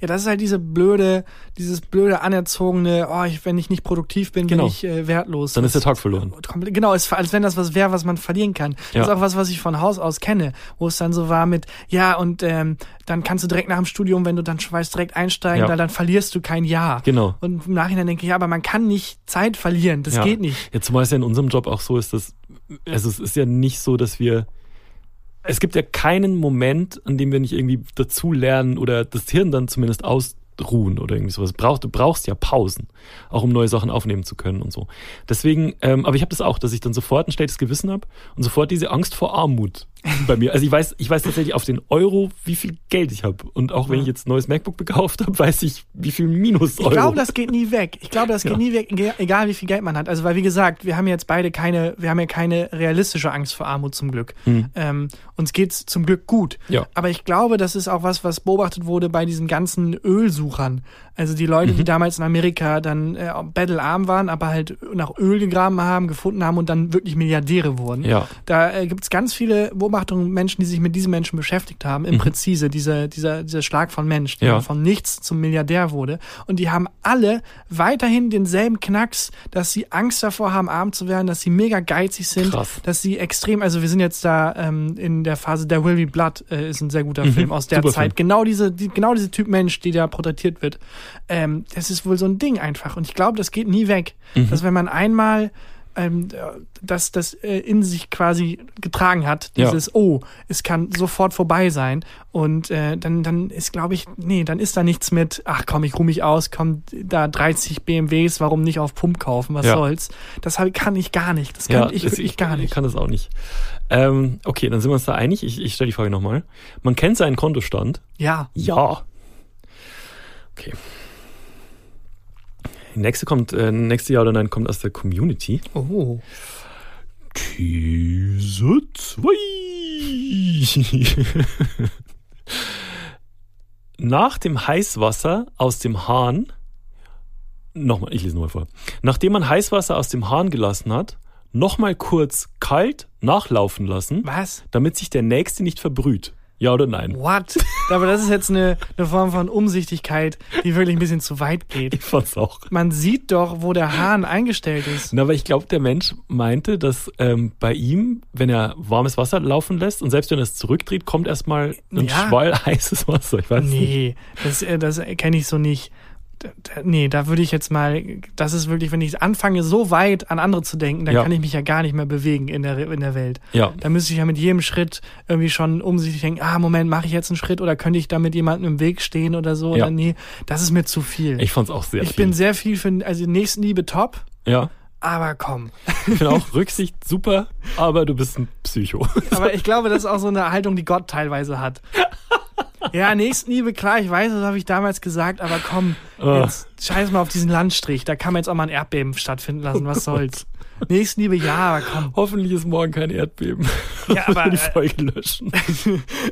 A: Ja, das ist halt diese blöde, dieses blöde anerzogene, oh, ich, wenn ich nicht produktiv bin,
B: Genau.
A: bin ich äh, wertlos.
B: Dann ist der
A: Das-
B: Tag verloren.
A: Komplett- Genau, ist, als wenn das was wäre, was man verlieren kann.
B: Ja.
A: Das ist auch was, was ich von Haus aus kenne, wo es dann so war mit, ja, und ähm, dann kannst du direkt nach dem Studium, wenn du dann schon weißt, direkt einsteigen,
B: Ja.
A: weil dann verlierst du kein Jahr.
B: Genau.
A: Und im Nachhinein denke ich, ja, aber man kann nicht Zeit verlieren, das
B: Ja.
A: geht nicht.
B: Ja, zumal es ja in unserem Job auch so ist, dass also es ist ja nicht so, dass wir es gibt ja keinen Moment, an dem wir nicht irgendwie dazu lernen oder das Hirn dann zumindest ausruhen oder irgendwie sowas. Brauchst, du brauchst ja Pausen, auch um neue Sachen aufnehmen zu können und so. Deswegen, ähm, aber ich habe das auch, dass ich dann sofort ein schlechtes Gewissen habe und sofort diese Angst vor Armut bei mir. Also ich weiß, ich weiß tatsächlich auf den Euro, wie viel Geld ich habe. Und auch wenn ich jetzt ein neues MacBook gekauft habe, weiß ich, wie viel Minus Euro.
A: Ich glaube, das geht nie weg. Ich glaube, das geht
B: Ja.
A: nie weg, ege- egal wie viel Geld man hat. Also, weil wie gesagt, wir haben jetzt beide keine, wir haben ja keine realistische Angst vor Armut zum Glück. Ähm, uns geht's zum Glück gut.
B: Hm. Ja.
A: Aber ich glaube, das ist auch was, was beobachtet wurde bei diesen ganzen Ölsuchern. Also die Leute,
B: Mhm.
A: die damals in Amerika dann äh, bettelarm waren, aber halt nach Öl gegraben haben, gefunden haben und dann wirklich Milliardäre wurden.
B: Ja.
A: Da äh, gibt's ganz viele Beobachtungen, Menschen, die sich mit diesen Menschen beschäftigt haben, im Präzise, dieser, dieser, dieser Schlag von Mensch, der
B: Mhm. Ja.
A: von nichts zum Milliardär wurde. Und die haben alle weiterhin denselben Knacks, dass sie Angst davor haben, arm zu werden, dass sie mega geizig sind,
B: Krass.
A: dass sie extrem, also wir sind jetzt da ähm, in der Phase, der Will Be Blood äh, ist ein sehr guter Film aus der
B: Mhm. super
A: Zeit. Genau diese, die, genau diese Typ Mensch, die da porträtiert wird.
B: Mhm.
A: Ähm, das ist wohl so ein Ding einfach. Und ich glaube, das geht nie weg. Dass wenn man einmal ähm, das, das äh, in sich quasi getragen hat.
B: Ja.
A: Dieses, oh, es kann sofort vorbei sein. Und äh, dann, dann ist, glaube ich, nee, dann ist da nichts mit, ach komm, ich ruh mich aus, komm, da 30 BMWs, warum nicht auf Pump kaufen, was
B: Ja.
A: soll's. Das hab, kann ich gar nicht. Das kann ich
B: das-
A: wirklich gar nicht.
B: Ich kann das auch nicht. Ähm, okay, dann sind wir uns da einig. Ich, ich stelle die Frage nochmal. Man kennt seinen Kontostand.
A: Ja,
B: Ja. Okay. Die nächste kommt, äh, nächste Ja oder Nein kommt aus der Community.
A: oh,
B: These 2. Nach dem Heißwasser aus dem Hahn, nochmal, ich lese nochmal vor. Nachdem man Heißwasser aus dem Hahn gelassen hat, nochmal kurz kalt nachlaufen lassen,
A: was?
B: damit sich der nächste nicht verbrüht. Ja oder nein?
A: What? Aber das ist jetzt eine, eine Form von Umsichtigkeit, die wirklich ein bisschen zu weit geht.
B: Ich fand's auch.
A: Man sieht doch, wo der Hahn eingestellt ist.
B: Na, aber ich glaube, der Mensch meinte, dass ähm, bei ihm, wenn er warmes Wasser laufen lässt und selbst wenn er es zurückdreht, kommt erstmal ein
A: Ja.
B: Schwall heißes Wasser. Ich weiß nicht.
A: Nee, das, äh, das kenne ich so nicht. Da- da- Nee, da würde ich jetzt mal, das ist wirklich, wenn ich anfange, so weit an andere zu denken, dann
B: Ja.
A: kann ich mich ja gar nicht mehr bewegen in der, in der Welt.
B: Ja.
A: Da müsste ich ja mit jedem Schritt irgendwie schon umsichtig denken, ah, Moment, mache ich jetzt einen Schritt oder könnte ich damit jemandem im Weg stehen oder so?
B: Ja.
A: Oder nee, das ist mir zu viel.
B: Ich fand's auch sehr
A: ich
B: viel.
A: bin sehr viel für, also Nächstenliebe top,
B: ja.
A: aber komm.
B: Ich bin auch Rücksicht super, aber du bist ein Psycho.
A: Aber ich glaube, das ist auch so eine Haltung, die Gott teilweise hat. Ja, Nächstenliebe, klar, ich weiß, das habe ich damals gesagt, aber komm, jetzt scheiß mal auf diesen Landstrich. Da kann man jetzt auch mal ein Erdbeben stattfinden lassen, was soll's. Nächstenliebe, ja, aber komm.
B: Hoffentlich ist morgen kein Erdbeben.
A: Ja,
B: Dass wir
A: aber,
B: die
A: äh,
B: Folge löschen.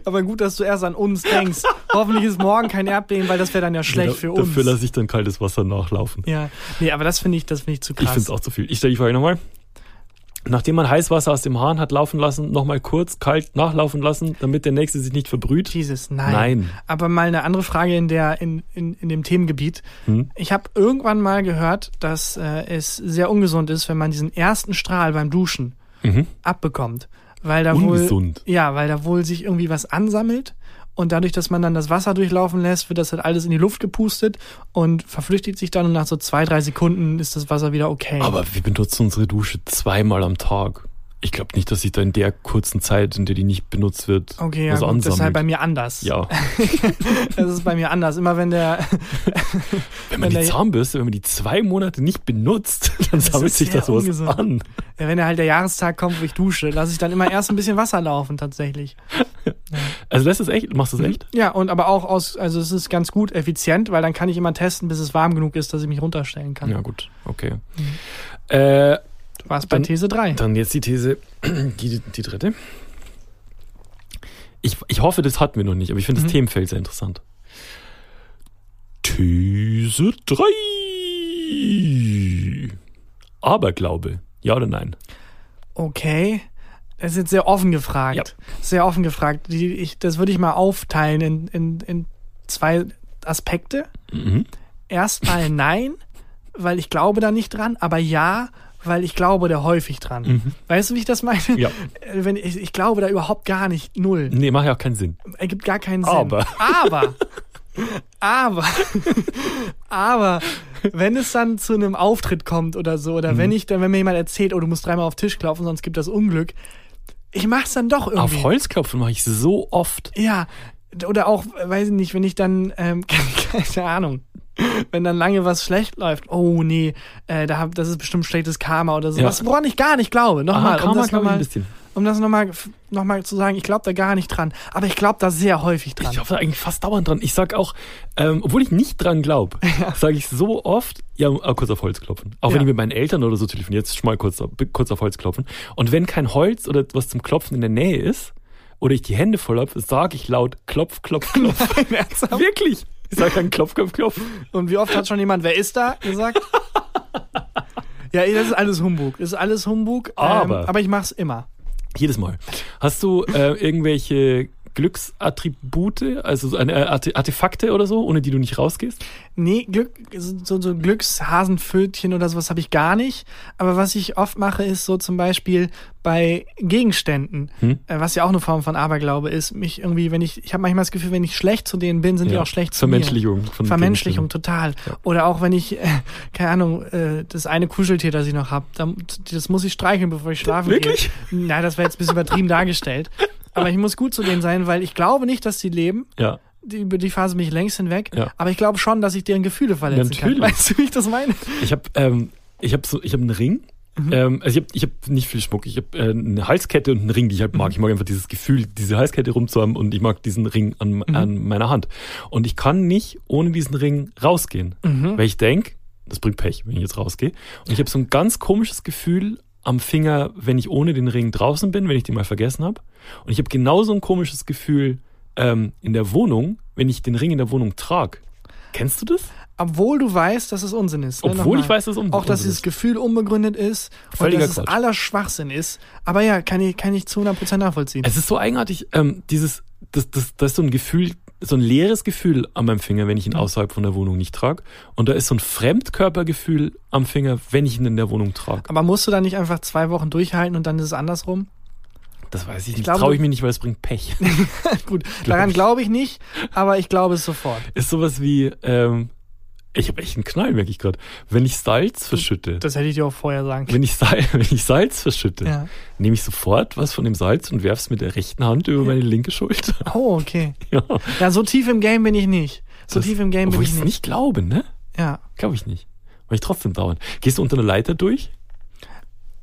A: Aber gut, dass du erst an uns denkst. Hoffentlich ist morgen kein Erdbeben, weil das wäre dann ja schlecht für uns.
B: Genau, Dafür lasse ich dann kaltes Wasser nachlaufen.
A: ja, nee, aber das finde ich, das finde ich zu
B: Ich
A: krass.
B: finde es auch zu viel. Ich stelle die Frage nochmal. Nachdem man Heißwasser aus dem Hahn hat laufen lassen, nochmal kurz kalt nachlaufen lassen, damit der nächste sich nicht verbrüht.
A: Jesus, nein.
B: Nein.
A: Aber mal eine andere Frage in der in, in, in dem Themengebiet.
B: Hm?
A: Ich habe irgendwann mal gehört, dass äh, es sehr ungesund ist, wenn man diesen ersten Strahl beim Duschen abbekommt, weil da
B: Mhm. Ungesund?
A: wohl ja, weil da wohl sich irgendwie was ansammelt und dadurch, dass man dann das Wasser durchlaufen lässt, wird das halt alles in die Luft gepustet und verflüchtigt sich dann und nach so zwei drei Sekunden ist das Wasser wieder okay.
B: Aber wir benutzen unsere Dusche zweimal am Tag. Ich glaube nicht, dass sich da in der kurzen Zeit, in der die nicht benutzt wird,
A: Okay, ja,
B: was
A: gut, das ist halt bei
B: ansammelt.
A: mir anders.
B: ja,
A: Das ist bei mir anders. Immer wenn der
B: wenn man
A: Wenn
B: die
A: der-
B: Zahnbürste, wenn man die zwei Monate nicht benutzt, dann sammelt
A: ist
B: sich
A: sehr
B: das sowas
A: ungesund.
B: an.
A: Ja, wenn ja halt der Jahrestag kommt, wo ich dusche, lasse ich dann immer erst ein bisschen Wasser laufen tatsächlich.
B: Also lässt das echt, machst du das echt?
A: Ja, und aber auch aus, also es ist ganz gut effizient, weil dann kann ich immer testen, bis es warm genug ist, dass ich mich runterstellen kann.
B: Ja, gut, okay.
A: Mhm.
B: Äh,
A: Du warst bei
B: Dann-
A: These 3.
B: dann jetzt die These, die, die dritte. Ich, ich hoffe, das hatten wir noch nicht, aber ich finde
A: Mhm.
B: das Themenfeld sehr interessant. These 3. Aberglaube. Ja oder nein?
A: Okay. Das ist jetzt sehr offen gefragt. Sehr offen gefragt. Die, ich, das würde ich mal aufteilen in, in, in zwei Aspekte.
B: Mhm.
A: Erstmal nein, weil ich glaube da nicht dran, aber ja, weil ich glaube da häufig dran. Weißt du, wie ich das meine?
B: Mhm. Ja.
A: Äh, Wenn ich, ich glaube da überhaupt gar nicht, null.
B: Nee, macht ja auch keinen Sinn.
A: ergibt gar keinen Sinn.
B: Aber.
A: Aber. Aber. aber wenn es dann zu einem Auftritt kommt oder so, oder
B: Mhm.
A: wenn ich dann, wenn mir jemand erzählt, oh, du musst dreimal auf den Tisch klopfen, sonst gibt das Unglück, ich mach's dann doch irgendwie.
B: Auf Holzklopfen mache ich so oft.
A: Ja. Oder auch, äh, weiß ich nicht, wenn ich dann, ähm, keine Ahnung, wenn dann lange was schlecht läuft, oh nee, äh, da hab, das ist bestimmt schlechtes Karma oder so.
B: Ja.
A: Was, woran ich gar nicht glaube. Nochmal, um das
B: glaube ich,
A: nochmal,
B: ein bisschen.
A: um das nochmal noch mal zu sagen, ich glaube da gar nicht dran, aber ich glaube da sehr häufig dran.
B: Ich hoffe eigentlich fast dauernd dran. Ich sag auch, ähm, obwohl ich nicht dran glaube, sage ich so oft, ja, äh, kurz auf Holz klopfen. Auch wenn
A: Ja.
B: ich mit meinen Eltern oder so telefoniere, jetzt schon mal kurz, auf- kurz auf Holz klopfen. Und wenn kein Holz oder was zum Klopfen in der Nähe ist, oder ich die Hände voll habe, sage ich laut Klopf, Klopf, Klopf.
A: Ernsthaft?
B: Wirklich? Ich sage dann Klopf, Klopf, Klopf.
A: Und wie oft hat schon jemand, wer ist da, gesagt? ja, ey, das ist alles Humbug. Das ist alles Humbug. ähm,
B: Aber-
A: aber ich mach's immer.
B: Jedes Mal. Hast du äh, irgendwelche Glücksattribute, also so eine, äh, Arte- Artefakte oder so, ohne die du nicht rausgehst?
A: Nee, Glück, so, so Glückshasenpfötchen oder sowas habe ich gar nicht. Aber was ich oft mache, ist so zum Beispiel bei Gegenständen,
B: Hm.
A: äh, was ja auch eine Form von Aberglaube ist, mich irgendwie, wenn ich, ich habe manchmal das Gefühl, wenn ich schlecht zu denen bin, sind die auch schlecht zu mir.
B: Vermenschlichung. Von
A: Vermenschlichung total. Oder auch wenn ich, äh, keine Ahnung, äh, das eine Kuscheltier, das ich noch habe, das muss ich streicheln, bevor ich schlafen
B: Wirklich?
A: gehe. Nein, das wäre jetzt ein bisschen übertrieben dargestellt. Aber ich muss gut zu denen sein, weil ich glaube nicht, dass sie leben.
B: Gegenständen. Ja.
A: Die, über die Phase bin ich längst hinweg.
B: Ja.
A: Aber ich glaube schon, dass ich deren Gefühle verletzen
B: Natürlich.
A: kann. Weißt du, wie ich das meine?
B: Ich habe ähm, ich hab so, ich hab einen Ring. Ähm, also ich habe ich hab nicht viel Schmuck. Ich habe äh, eine Halskette und einen Ring, die ich halt mag. Ich mag einfach dieses Gefühl, diese Halskette rumzuhaben und ich mag diesen Ring an, an meiner Hand. Und ich kann nicht ohne diesen Ring rausgehen, weil ich denk, das bringt Pech, wenn ich jetzt rausgehe. Und ich habe so ein ganz komisches Gefühl am Finger, wenn ich ohne den Ring draußen bin, wenn ich den mal vergessen habe. Und ich habe genauso ein komisches Gefühl ähm, in der Wohnung, wenn ich den Ring in der Wohnung trage. Kennst du das?
A: Obwohl du weißt, dass es Unsinn ist. Ne?
B: Obwohl
A: Nochmal.
B: ich weiß, dass es Unsinn
A: Auch, dass
B: ist.
A: dieses Gefühl unbegründet ist
B: Völliger
A: und dass
B: Quatsch.
A: es aller Schwachsinn ist. Aber ja, kann ich, kann ich zu 100% nachvollziehen.
B: Es ist so eigenartig, ähm, dieses, das, das, das ist so ein Gefühl, so ein leeres Gefühl an meinem Finger, wenn ich
A: Mhm.
B: ihn außerhalb von der Wohnung nicht trage. Und da ist so ein Fremdkörpergefühl am Finger, wenn ich ihn in der Wohnung trage.
A: Aber musst du da nicht einfach zwei Wochen durchhalten und dann ist es andersrum?
B: Das weiß ich nicht.
A: glaube,
B: Traue
A: du-
B: ich mir nicht, weil es bringt Pech.
A: Gut, daran glaube ich nicht, aber ich glaube es sofort.
B: ist sowas wie, ähm, ich habe echt einen Knall, merke ich gerade. Wenn ich Salz verschütte,
A: Das hätte ich dir auch vorher sagen können.
B: wenn ich, Sal wenn ich Salz verschütte,
A: Ja.
B: nehme ich sofort was von dem Salz und werf's mit der rechten Hand über meine linke Schulter.
A: Oh, okay.
B: ja.
A: Ja, so tief im Game bin ich nicht. So
B: Das-
A: tief im Game bin
B: Obwohl
A: ich
B: ich
A: nicht.
B: es nicht glaube, ne?
A: Ja.
B: Glaube ich nicht. Weil ich trotzdem dauern. Gehst du unter einer Leiter durch?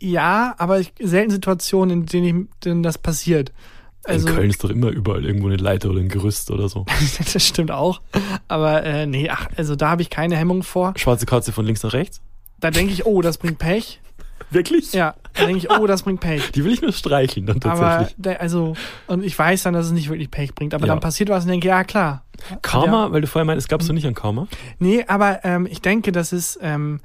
A: ja, aber ich, selten Situationen, in denen, ich, denen das passiert. Also,
B: in Köln ist doch immer überall irgendwo eine Leiter oder ein Gerüst oder so.
A: das stimmt auch. Aber äh, nee, ach, also da habe ich keine Hemmung vor.
B: Schwarze Katze von links nach rechts?
A: Da denke ich, oh, das bringt Pech.
B: Wirklich?
A: Ja, da denke ich, oh, das bringt Pech.
B: Die will ich nur streicheln dann
A: Aber
B: tatsächlich.
A: da, also, und ich weiß dann, dass es nicht wirklich Pech bringt. Aber
B: Ja.
A: dann passiert was und denke, ja klar.
B: Karma, weil du vorher meintest, es gab es noch nicht an Karma.
A: Nee, aber ähm, ich denke, das ist ähm,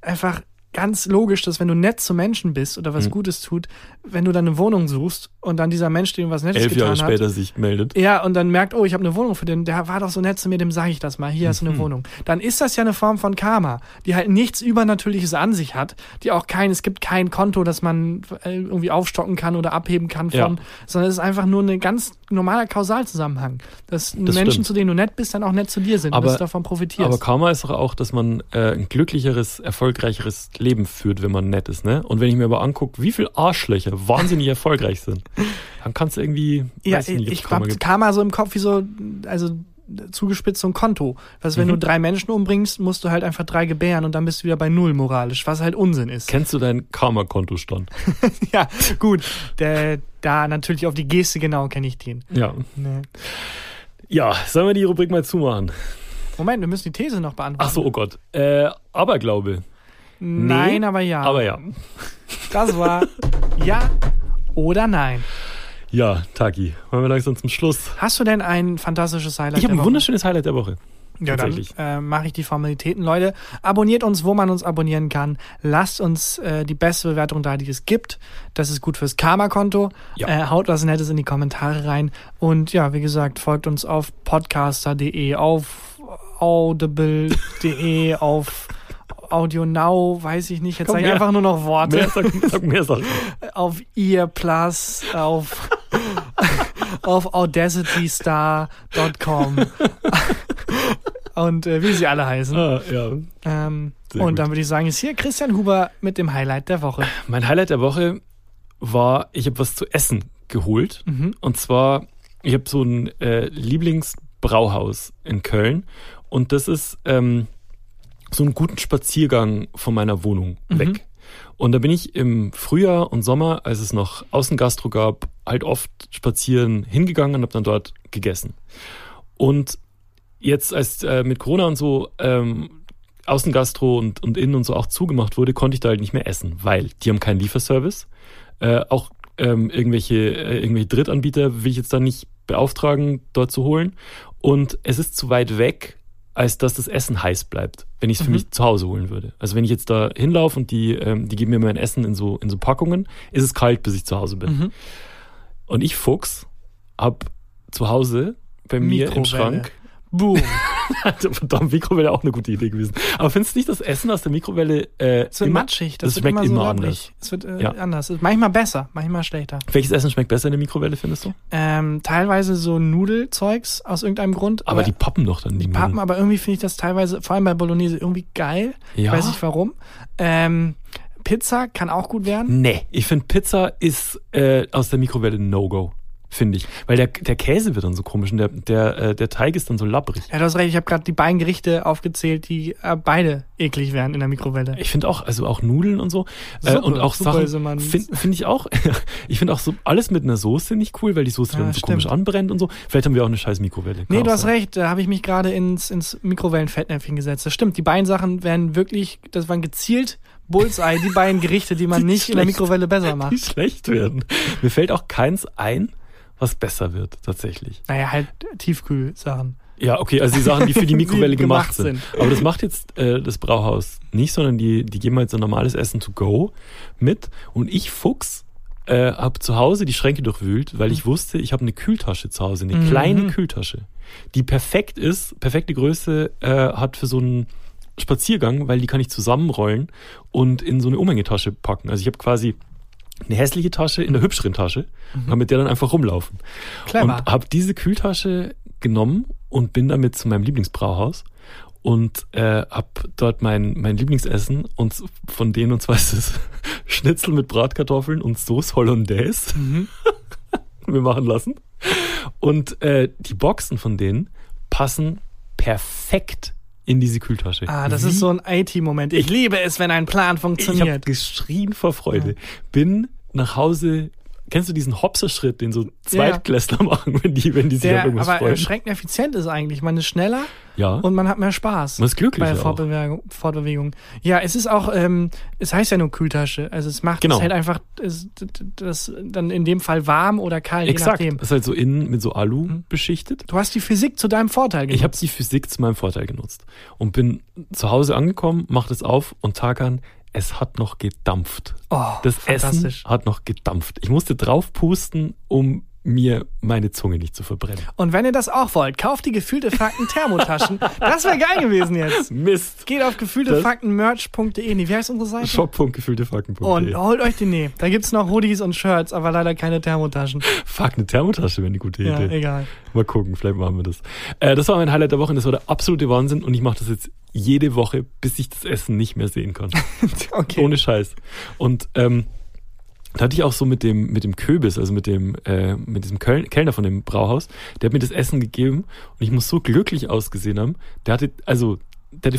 A: einfach ganz logisch, dass wenn du nett zu Menschen bist oder was
B: Hm.
A: Gutes tut, wenn du dann eine Wohnung suchst und dann dieser Mensch, dem was Nettes
B: Elf
A: getan
B: Jahre
A: hat,
B: später sich meldet.
A: ja, und dann merkt, oh, ich habe eine Wohnung für den, der war doch so nett zu mir, dem sage ich das mal, hier hast du
B: Mhm.
A: eine Wohnung. Dann ist das ja eine Form von Karma, die halt nichts Übernatürliches an sich hat, die auch kein, es gibt kein Konto, das man äh, irgendwie aufstocken kann oder abheben kann von,
B: Ja.
A: sondern es ist einfach nur ein ganz normaler Kausalzusammenhang, dass
B: Das
A: Menschen,
B: stimmt.
A: zu denen du nett bist, dann auch nett zu dir sind
B: Aber-
A: und dass du davon profitierst.
B: Aber Karma ist doch auch, dass man äh, ein glücklicheres, erfolgreicheres Leben führt, wenn man nett ist, ne? Und wenn ich mir aber angucke, wie viele Arschlöcher wahnsinnig erfolgreich sind, dann kannst du irgendwie,
A: Ja, äh,
B: weiß
A: ich,
B: nicht,
A: ich
B: ob Karma
A: hab
B: gibt.
A: Karma so im Kopf wie so, also zugespitzt so ein Konto. Was, wenn
B: Mhm.
A: du drei Menschen umbringst, musst du halt einfach drei gebären und dann bist du wieder bei null moralisch, was halt Unsinn ist.
B: Kennst du deinen Karma-Kontostand?
A: ja, gut. Der, da natürlich auf die Geste genau kenne ich den.
B: Ja.
A: Nee.
B: Ja, sollen wir die Rubrik mal zumachen?
A: Moment, wir müssen die These noch beantworten.
B: Ach so, oh Gott. Äh, Aberglaube.
A: Nein,
B: nee,
A: aber ja.
B: Aber ja.
A: Das war ja oder nein.
B: Ja, Taki, wollen wir langsam zum Schluss.
A: Hast du denn ein fantastisches Highlight?
B: Ich habe
A: der
B: ein
A: Woche?
B: wunderschönes Highlight der Woche.
A: Ja, dann
B: Tatsächlich.
A: äh, mache ich die Formalitäten. Leute, abonniert uns, wo man uns abonnieren kann. Lasst uns äh, die beste Bewertung da, die es gibt. Das ist gut fürs Karma-Konto.
B: Ja.
A: Äh, haut was Nettes in die Kommentare rein. Und ja, wie gesagt, folgt uns auf podcaster.de, auf audible.de, auf audionow, weiß ich nicht. Jetzt
B: Komm,
A: sage ich
B: mehr.
A: einfach nur noch Worte
B: Mehr, sag, sag mehr Sachen.
A: auf Ear Plus, auf, auf audacitystar.com und äh, wie sie alle heißen.
B: Ah, ja.
A: Ähm,
B: Sehr
A: und
B: gut.
A: dann würde ich sagen, ist hier Christian Huber mit dem Highlight der Woche.
B: Mein Highlight der Woche war, ich habe was zu essen geholt. Und zwar, ich habe so ein äh, Lieblingsbrauhaus in Köln. Und das ist ähm, so einen guten Spaziergang von meiner Wohnung weg. Und da bin ich im Frühjahr und Sommer, als es noch Außengastro gab, halt oft spazieren hingegangen und habe dann dort gegessen. Und jetzt, als äh, mit Corona und so ähm, Außengastro und, und Innen und so auch zugemacht wurde, konnte ich da halt nicht mehr essen, weil die haben keinen Lieferservice. Äh, auch ähm, irgendwelche, äh, irgendwelche Drittanbieter will ich jetzt da nicht beauftragen, dort zu holen. Und es ist zu weit weg, als dass das Essen heiß bleibt, wenn ich es für mich zu Hause holen würde. Also wenn ich jetzt da hinlaufe und die, ähm, die geben mir mein Essen in so, in so Packungen, ist es kalt, bis ich zu Hause bin. Und ich, Fuchs, hab zu Hause bei mir im
A: Mikrowelle.
B: Schrank.
A: Boom.
B: Verdammt, Mikrowelle auch eine gute Idee gewesen. Aber findest du nicht, das Essen aus der Mikrowelle äh,
A: Es wird
B: immer,
A: matschig.
B: das
A: Das, wird
B: schmeckt
A: immer, so
B: immer
A: labbrig. Es wird äh,
B: Ja.
A: anders. Ist Manchmal besser, manchmal schlechter.
B: Welches Essen schmeckt besser in der Mikrowelle, findest du?
A: Ähm, teilweise so Nudelzeugs aus irgendeinem Grund.
B: Aber die poppen doch dann die
A: Pappen,
B: Nudeln.
A: aber irgendwie finde ich das teilweise, vor allem bei Bolognese, irgendwie geil.
B: Ja.
A: Ich weiß nicht warum. Ähm, Pizza kann auch gut werden.
B: Nee, ich finde Pizza ist äh, aus der Mikrowelle ein No-Go, finde ich. Weil der, der Käse wird dann so komisch und der, der, äh, der Teig ist dann so labbrig.
A: Ja, du hast recht, ich habe gerade die beiden Gerichte aufgezählt, die äh, beide eklig wären in der Mikrowelle.
B: Ich finde auch, also auch Nudeln und so äh,
A: Suppe,
B: und auch
A: Suppe ist immer
B: Sachen
A: ein-
B: finde find ich auch. ich finde auch so alles mit einer Soße nicht cool, weil die Soße
A: Ja,
B: dann so
A: Ah, stimmt.
B: komisch anbrennt und so. Vielleicht haben wir auch eine scheiß Mikrowelle. Kann
A: Nee,
B: auch
A: du hast
B: sein.
A: recht, da habe ich mich gerade ins, ins Mikrowellenfettnäpfchen gesetzt. Das stimmt, die beiden Sachen wären wirklich, das waren gezielt Bullseye, die beiden Gerichte, die man
B: Die
A: nicht in der
B: schlecht-
A: Mikrowelle besser macht.
B: Die schlecht werden. Mir fällt auch keins ein, was besser wird tatsächlich.
A: Naja, halt Tiefkühlsachen.
B: Ja, okay, also die Sachen, die für die Mikrowelle
A: Die gemacht
B: gemacht sind. Aber das macht jetzt äh, das Brauhaus nicht, sondern die, die geben halt so normales Essen to go mit. Und ich, Fuchs, äh, habe zu Hause die Schränke durchwühlt, weil ich wusste, ich habe eine Kühltasche zu Hause, eine
A: Mhm.
B: kleine Kühltasche, die perfekt ist, perfekte Größe äh, hat für so einen Spaziergang, weil die kann ich zusammenrollen und in so eine Umhängetasche packen. Also ich habe quasi eine hässliche Tasche in der hübscheren Tasche und kann mit der dann einfach rumlaufen.
A: Clever.
B: Und äh, habe diese Kühltasche genommen und bin damit zu meinem Lieblingsbrauhaus und äh, habe dort mein, mein Lieblingsessen und s- von denen, und zwar ist es Schnitzel mit Bratkartoffeln und Sauce Hollandaise
A: Mhm.
B: mir machen lassen. Und äh, die Boxen von denen passen perfekt in diese Kühltasche.
A: Ah, das ist so ein IT-Moment. Ich liebe es, wenn ein Plan
B: Ich habe
A: funktioniert.
B: geschrien vor Freude. Bin nach Hause. Kennst du diesen Hopserschritt, den so Zweitklässler machen, wenn die, wenn die sich auf
A: Der
B: irgendwas
A: aber
B: freuen?
A: erschreckend effizient ist eigentlich. Man ist schneller
B: ja.
A: und man hat mehr Spaß.
B: Man ist glücklicher
A: Bei
B: auch.
A: Fortbewegung, Fortbewegung. Ja, es ist auch, ähm, es heißt ja nur Kühltasche. Also es macht
B: Genau.
A: es halt einfach es, d- d- das dann in dem Fall warm oder kalt,
B: Exakt.
A: je nachdem. Mhm.
B: Ist halt so innen mit so Alu beschichtet.
A: Du hast die Physik zu deinem Vorteil genutzt.
B: Ich habe die Physik zu meinem Vorteil genutzt und bin zu Hause angekommen, mache das auf und tackern. Es hat noch gedampft.
A: Oh,
B: das Essen
A: fantastisch.
B: hat noch gedampft. Ich musste drauf pusten, um mir meine Zunge nicht zu verbrennen.
A: Und wenn ihr das auch wollt, kauft die gefühlte Fakten Thermotaschen. das wäre geil gewesen jetzt.
B: Mist.
A: Geht auf gefühltefaktenmerch.de. Nee, wie heißt unsere Seite? Und
B: Shop.gefühltefacken.de.
A: holt euch die, nee. Da gibt's noch Hoodies und Shirts, aber leider keine Thermotaschen.
B: Fuck, eine Thermotasche wäre eine gute
A: Ja,
B: Idee.
A: egal.
B: Mal gucken, vielleicht machen wir das. Äh, das war mein Highlight der Woche und das war der absolute Wahnsinn und ich mache das jetzt jede Woche, bis ich das Essen nicht mehr sehen kann.
A: Okay.
B: Ohne Scheiß. Und ähm, da hatte ich auch so mit dem, mit dem Köbis, also mit dem, äh, mit diesem Köln, Kellner von dem Brauhaus, der hat mir das Essen gegeben und ich muss so glücklich ausgesehen haben. Der hatte, also, der hatte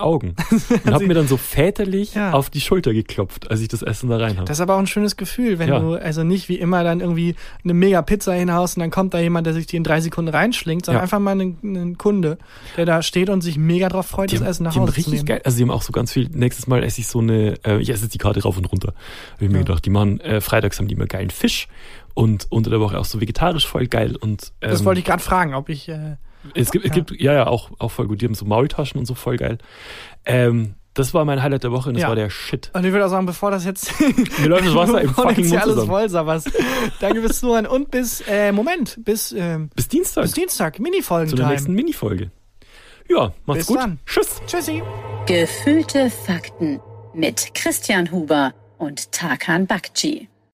B: Augen und hat mir dann so väterlich
A: Ja.
B: auf die Schulter geklopft, als ich das Essen da rein habe.
A: Das ist aber auch ein schönes Gefühl, wenn
B: Ja.
A: du also nicht wie immer dann irgendwie eine mega Pizza hinhaust und dann kommt da jemand, der sich die in drei Sekunden reinschlingt, sondern
B: Ja.
A: einfach mal einen, einen Kunde, der da steht und sich mega drauf freut, das Essen nach
B: die haben
A: Hause zu
B: richtig
A: nehmen.
B: geil. Also die haben auch so ganz viel. Nächstes Mal esse ich so eine. Äh, ich esse jetzt die Karte rauf und runter. Hab ich mir gedacht, die machen äh, freitags haben die immer geilen Fisch und unter der Woche auch so vegetarisch voll geil und. Ähm,
A: Das wollte ich gerade fragen, ob ich äh,
B: Es gibt, es
A: Ja.
B: gibt ja ja auch auch voll gut. Die haben so Maultaschen und so voll geil. Ähm, das war mein Highlight der Woche und das
A: Ja.
B: war der Shit.
A: und ich würde auch sagen, bevor das jetzt
B: Mir läuft das Wasser im
A: bevor
B: fucking
A: jetzt hier
B: Mund
A: alles
B: zusammen.
A: voll sabberst. Danke bis Zuhören und bis äh, Moment, bis ähm,
B: Bis Dienstag
A: bis Dienstag
B: Also zu der nächsten
A: Minifolgen-Time.
B: Minifolge. Ja, macht's
A: Bis
B: gut.
A: dann.
B: Tschüss.
A: Tschüssi.
C: Gefühlte Fakten mit Christian Huber und Tarkan Bakci.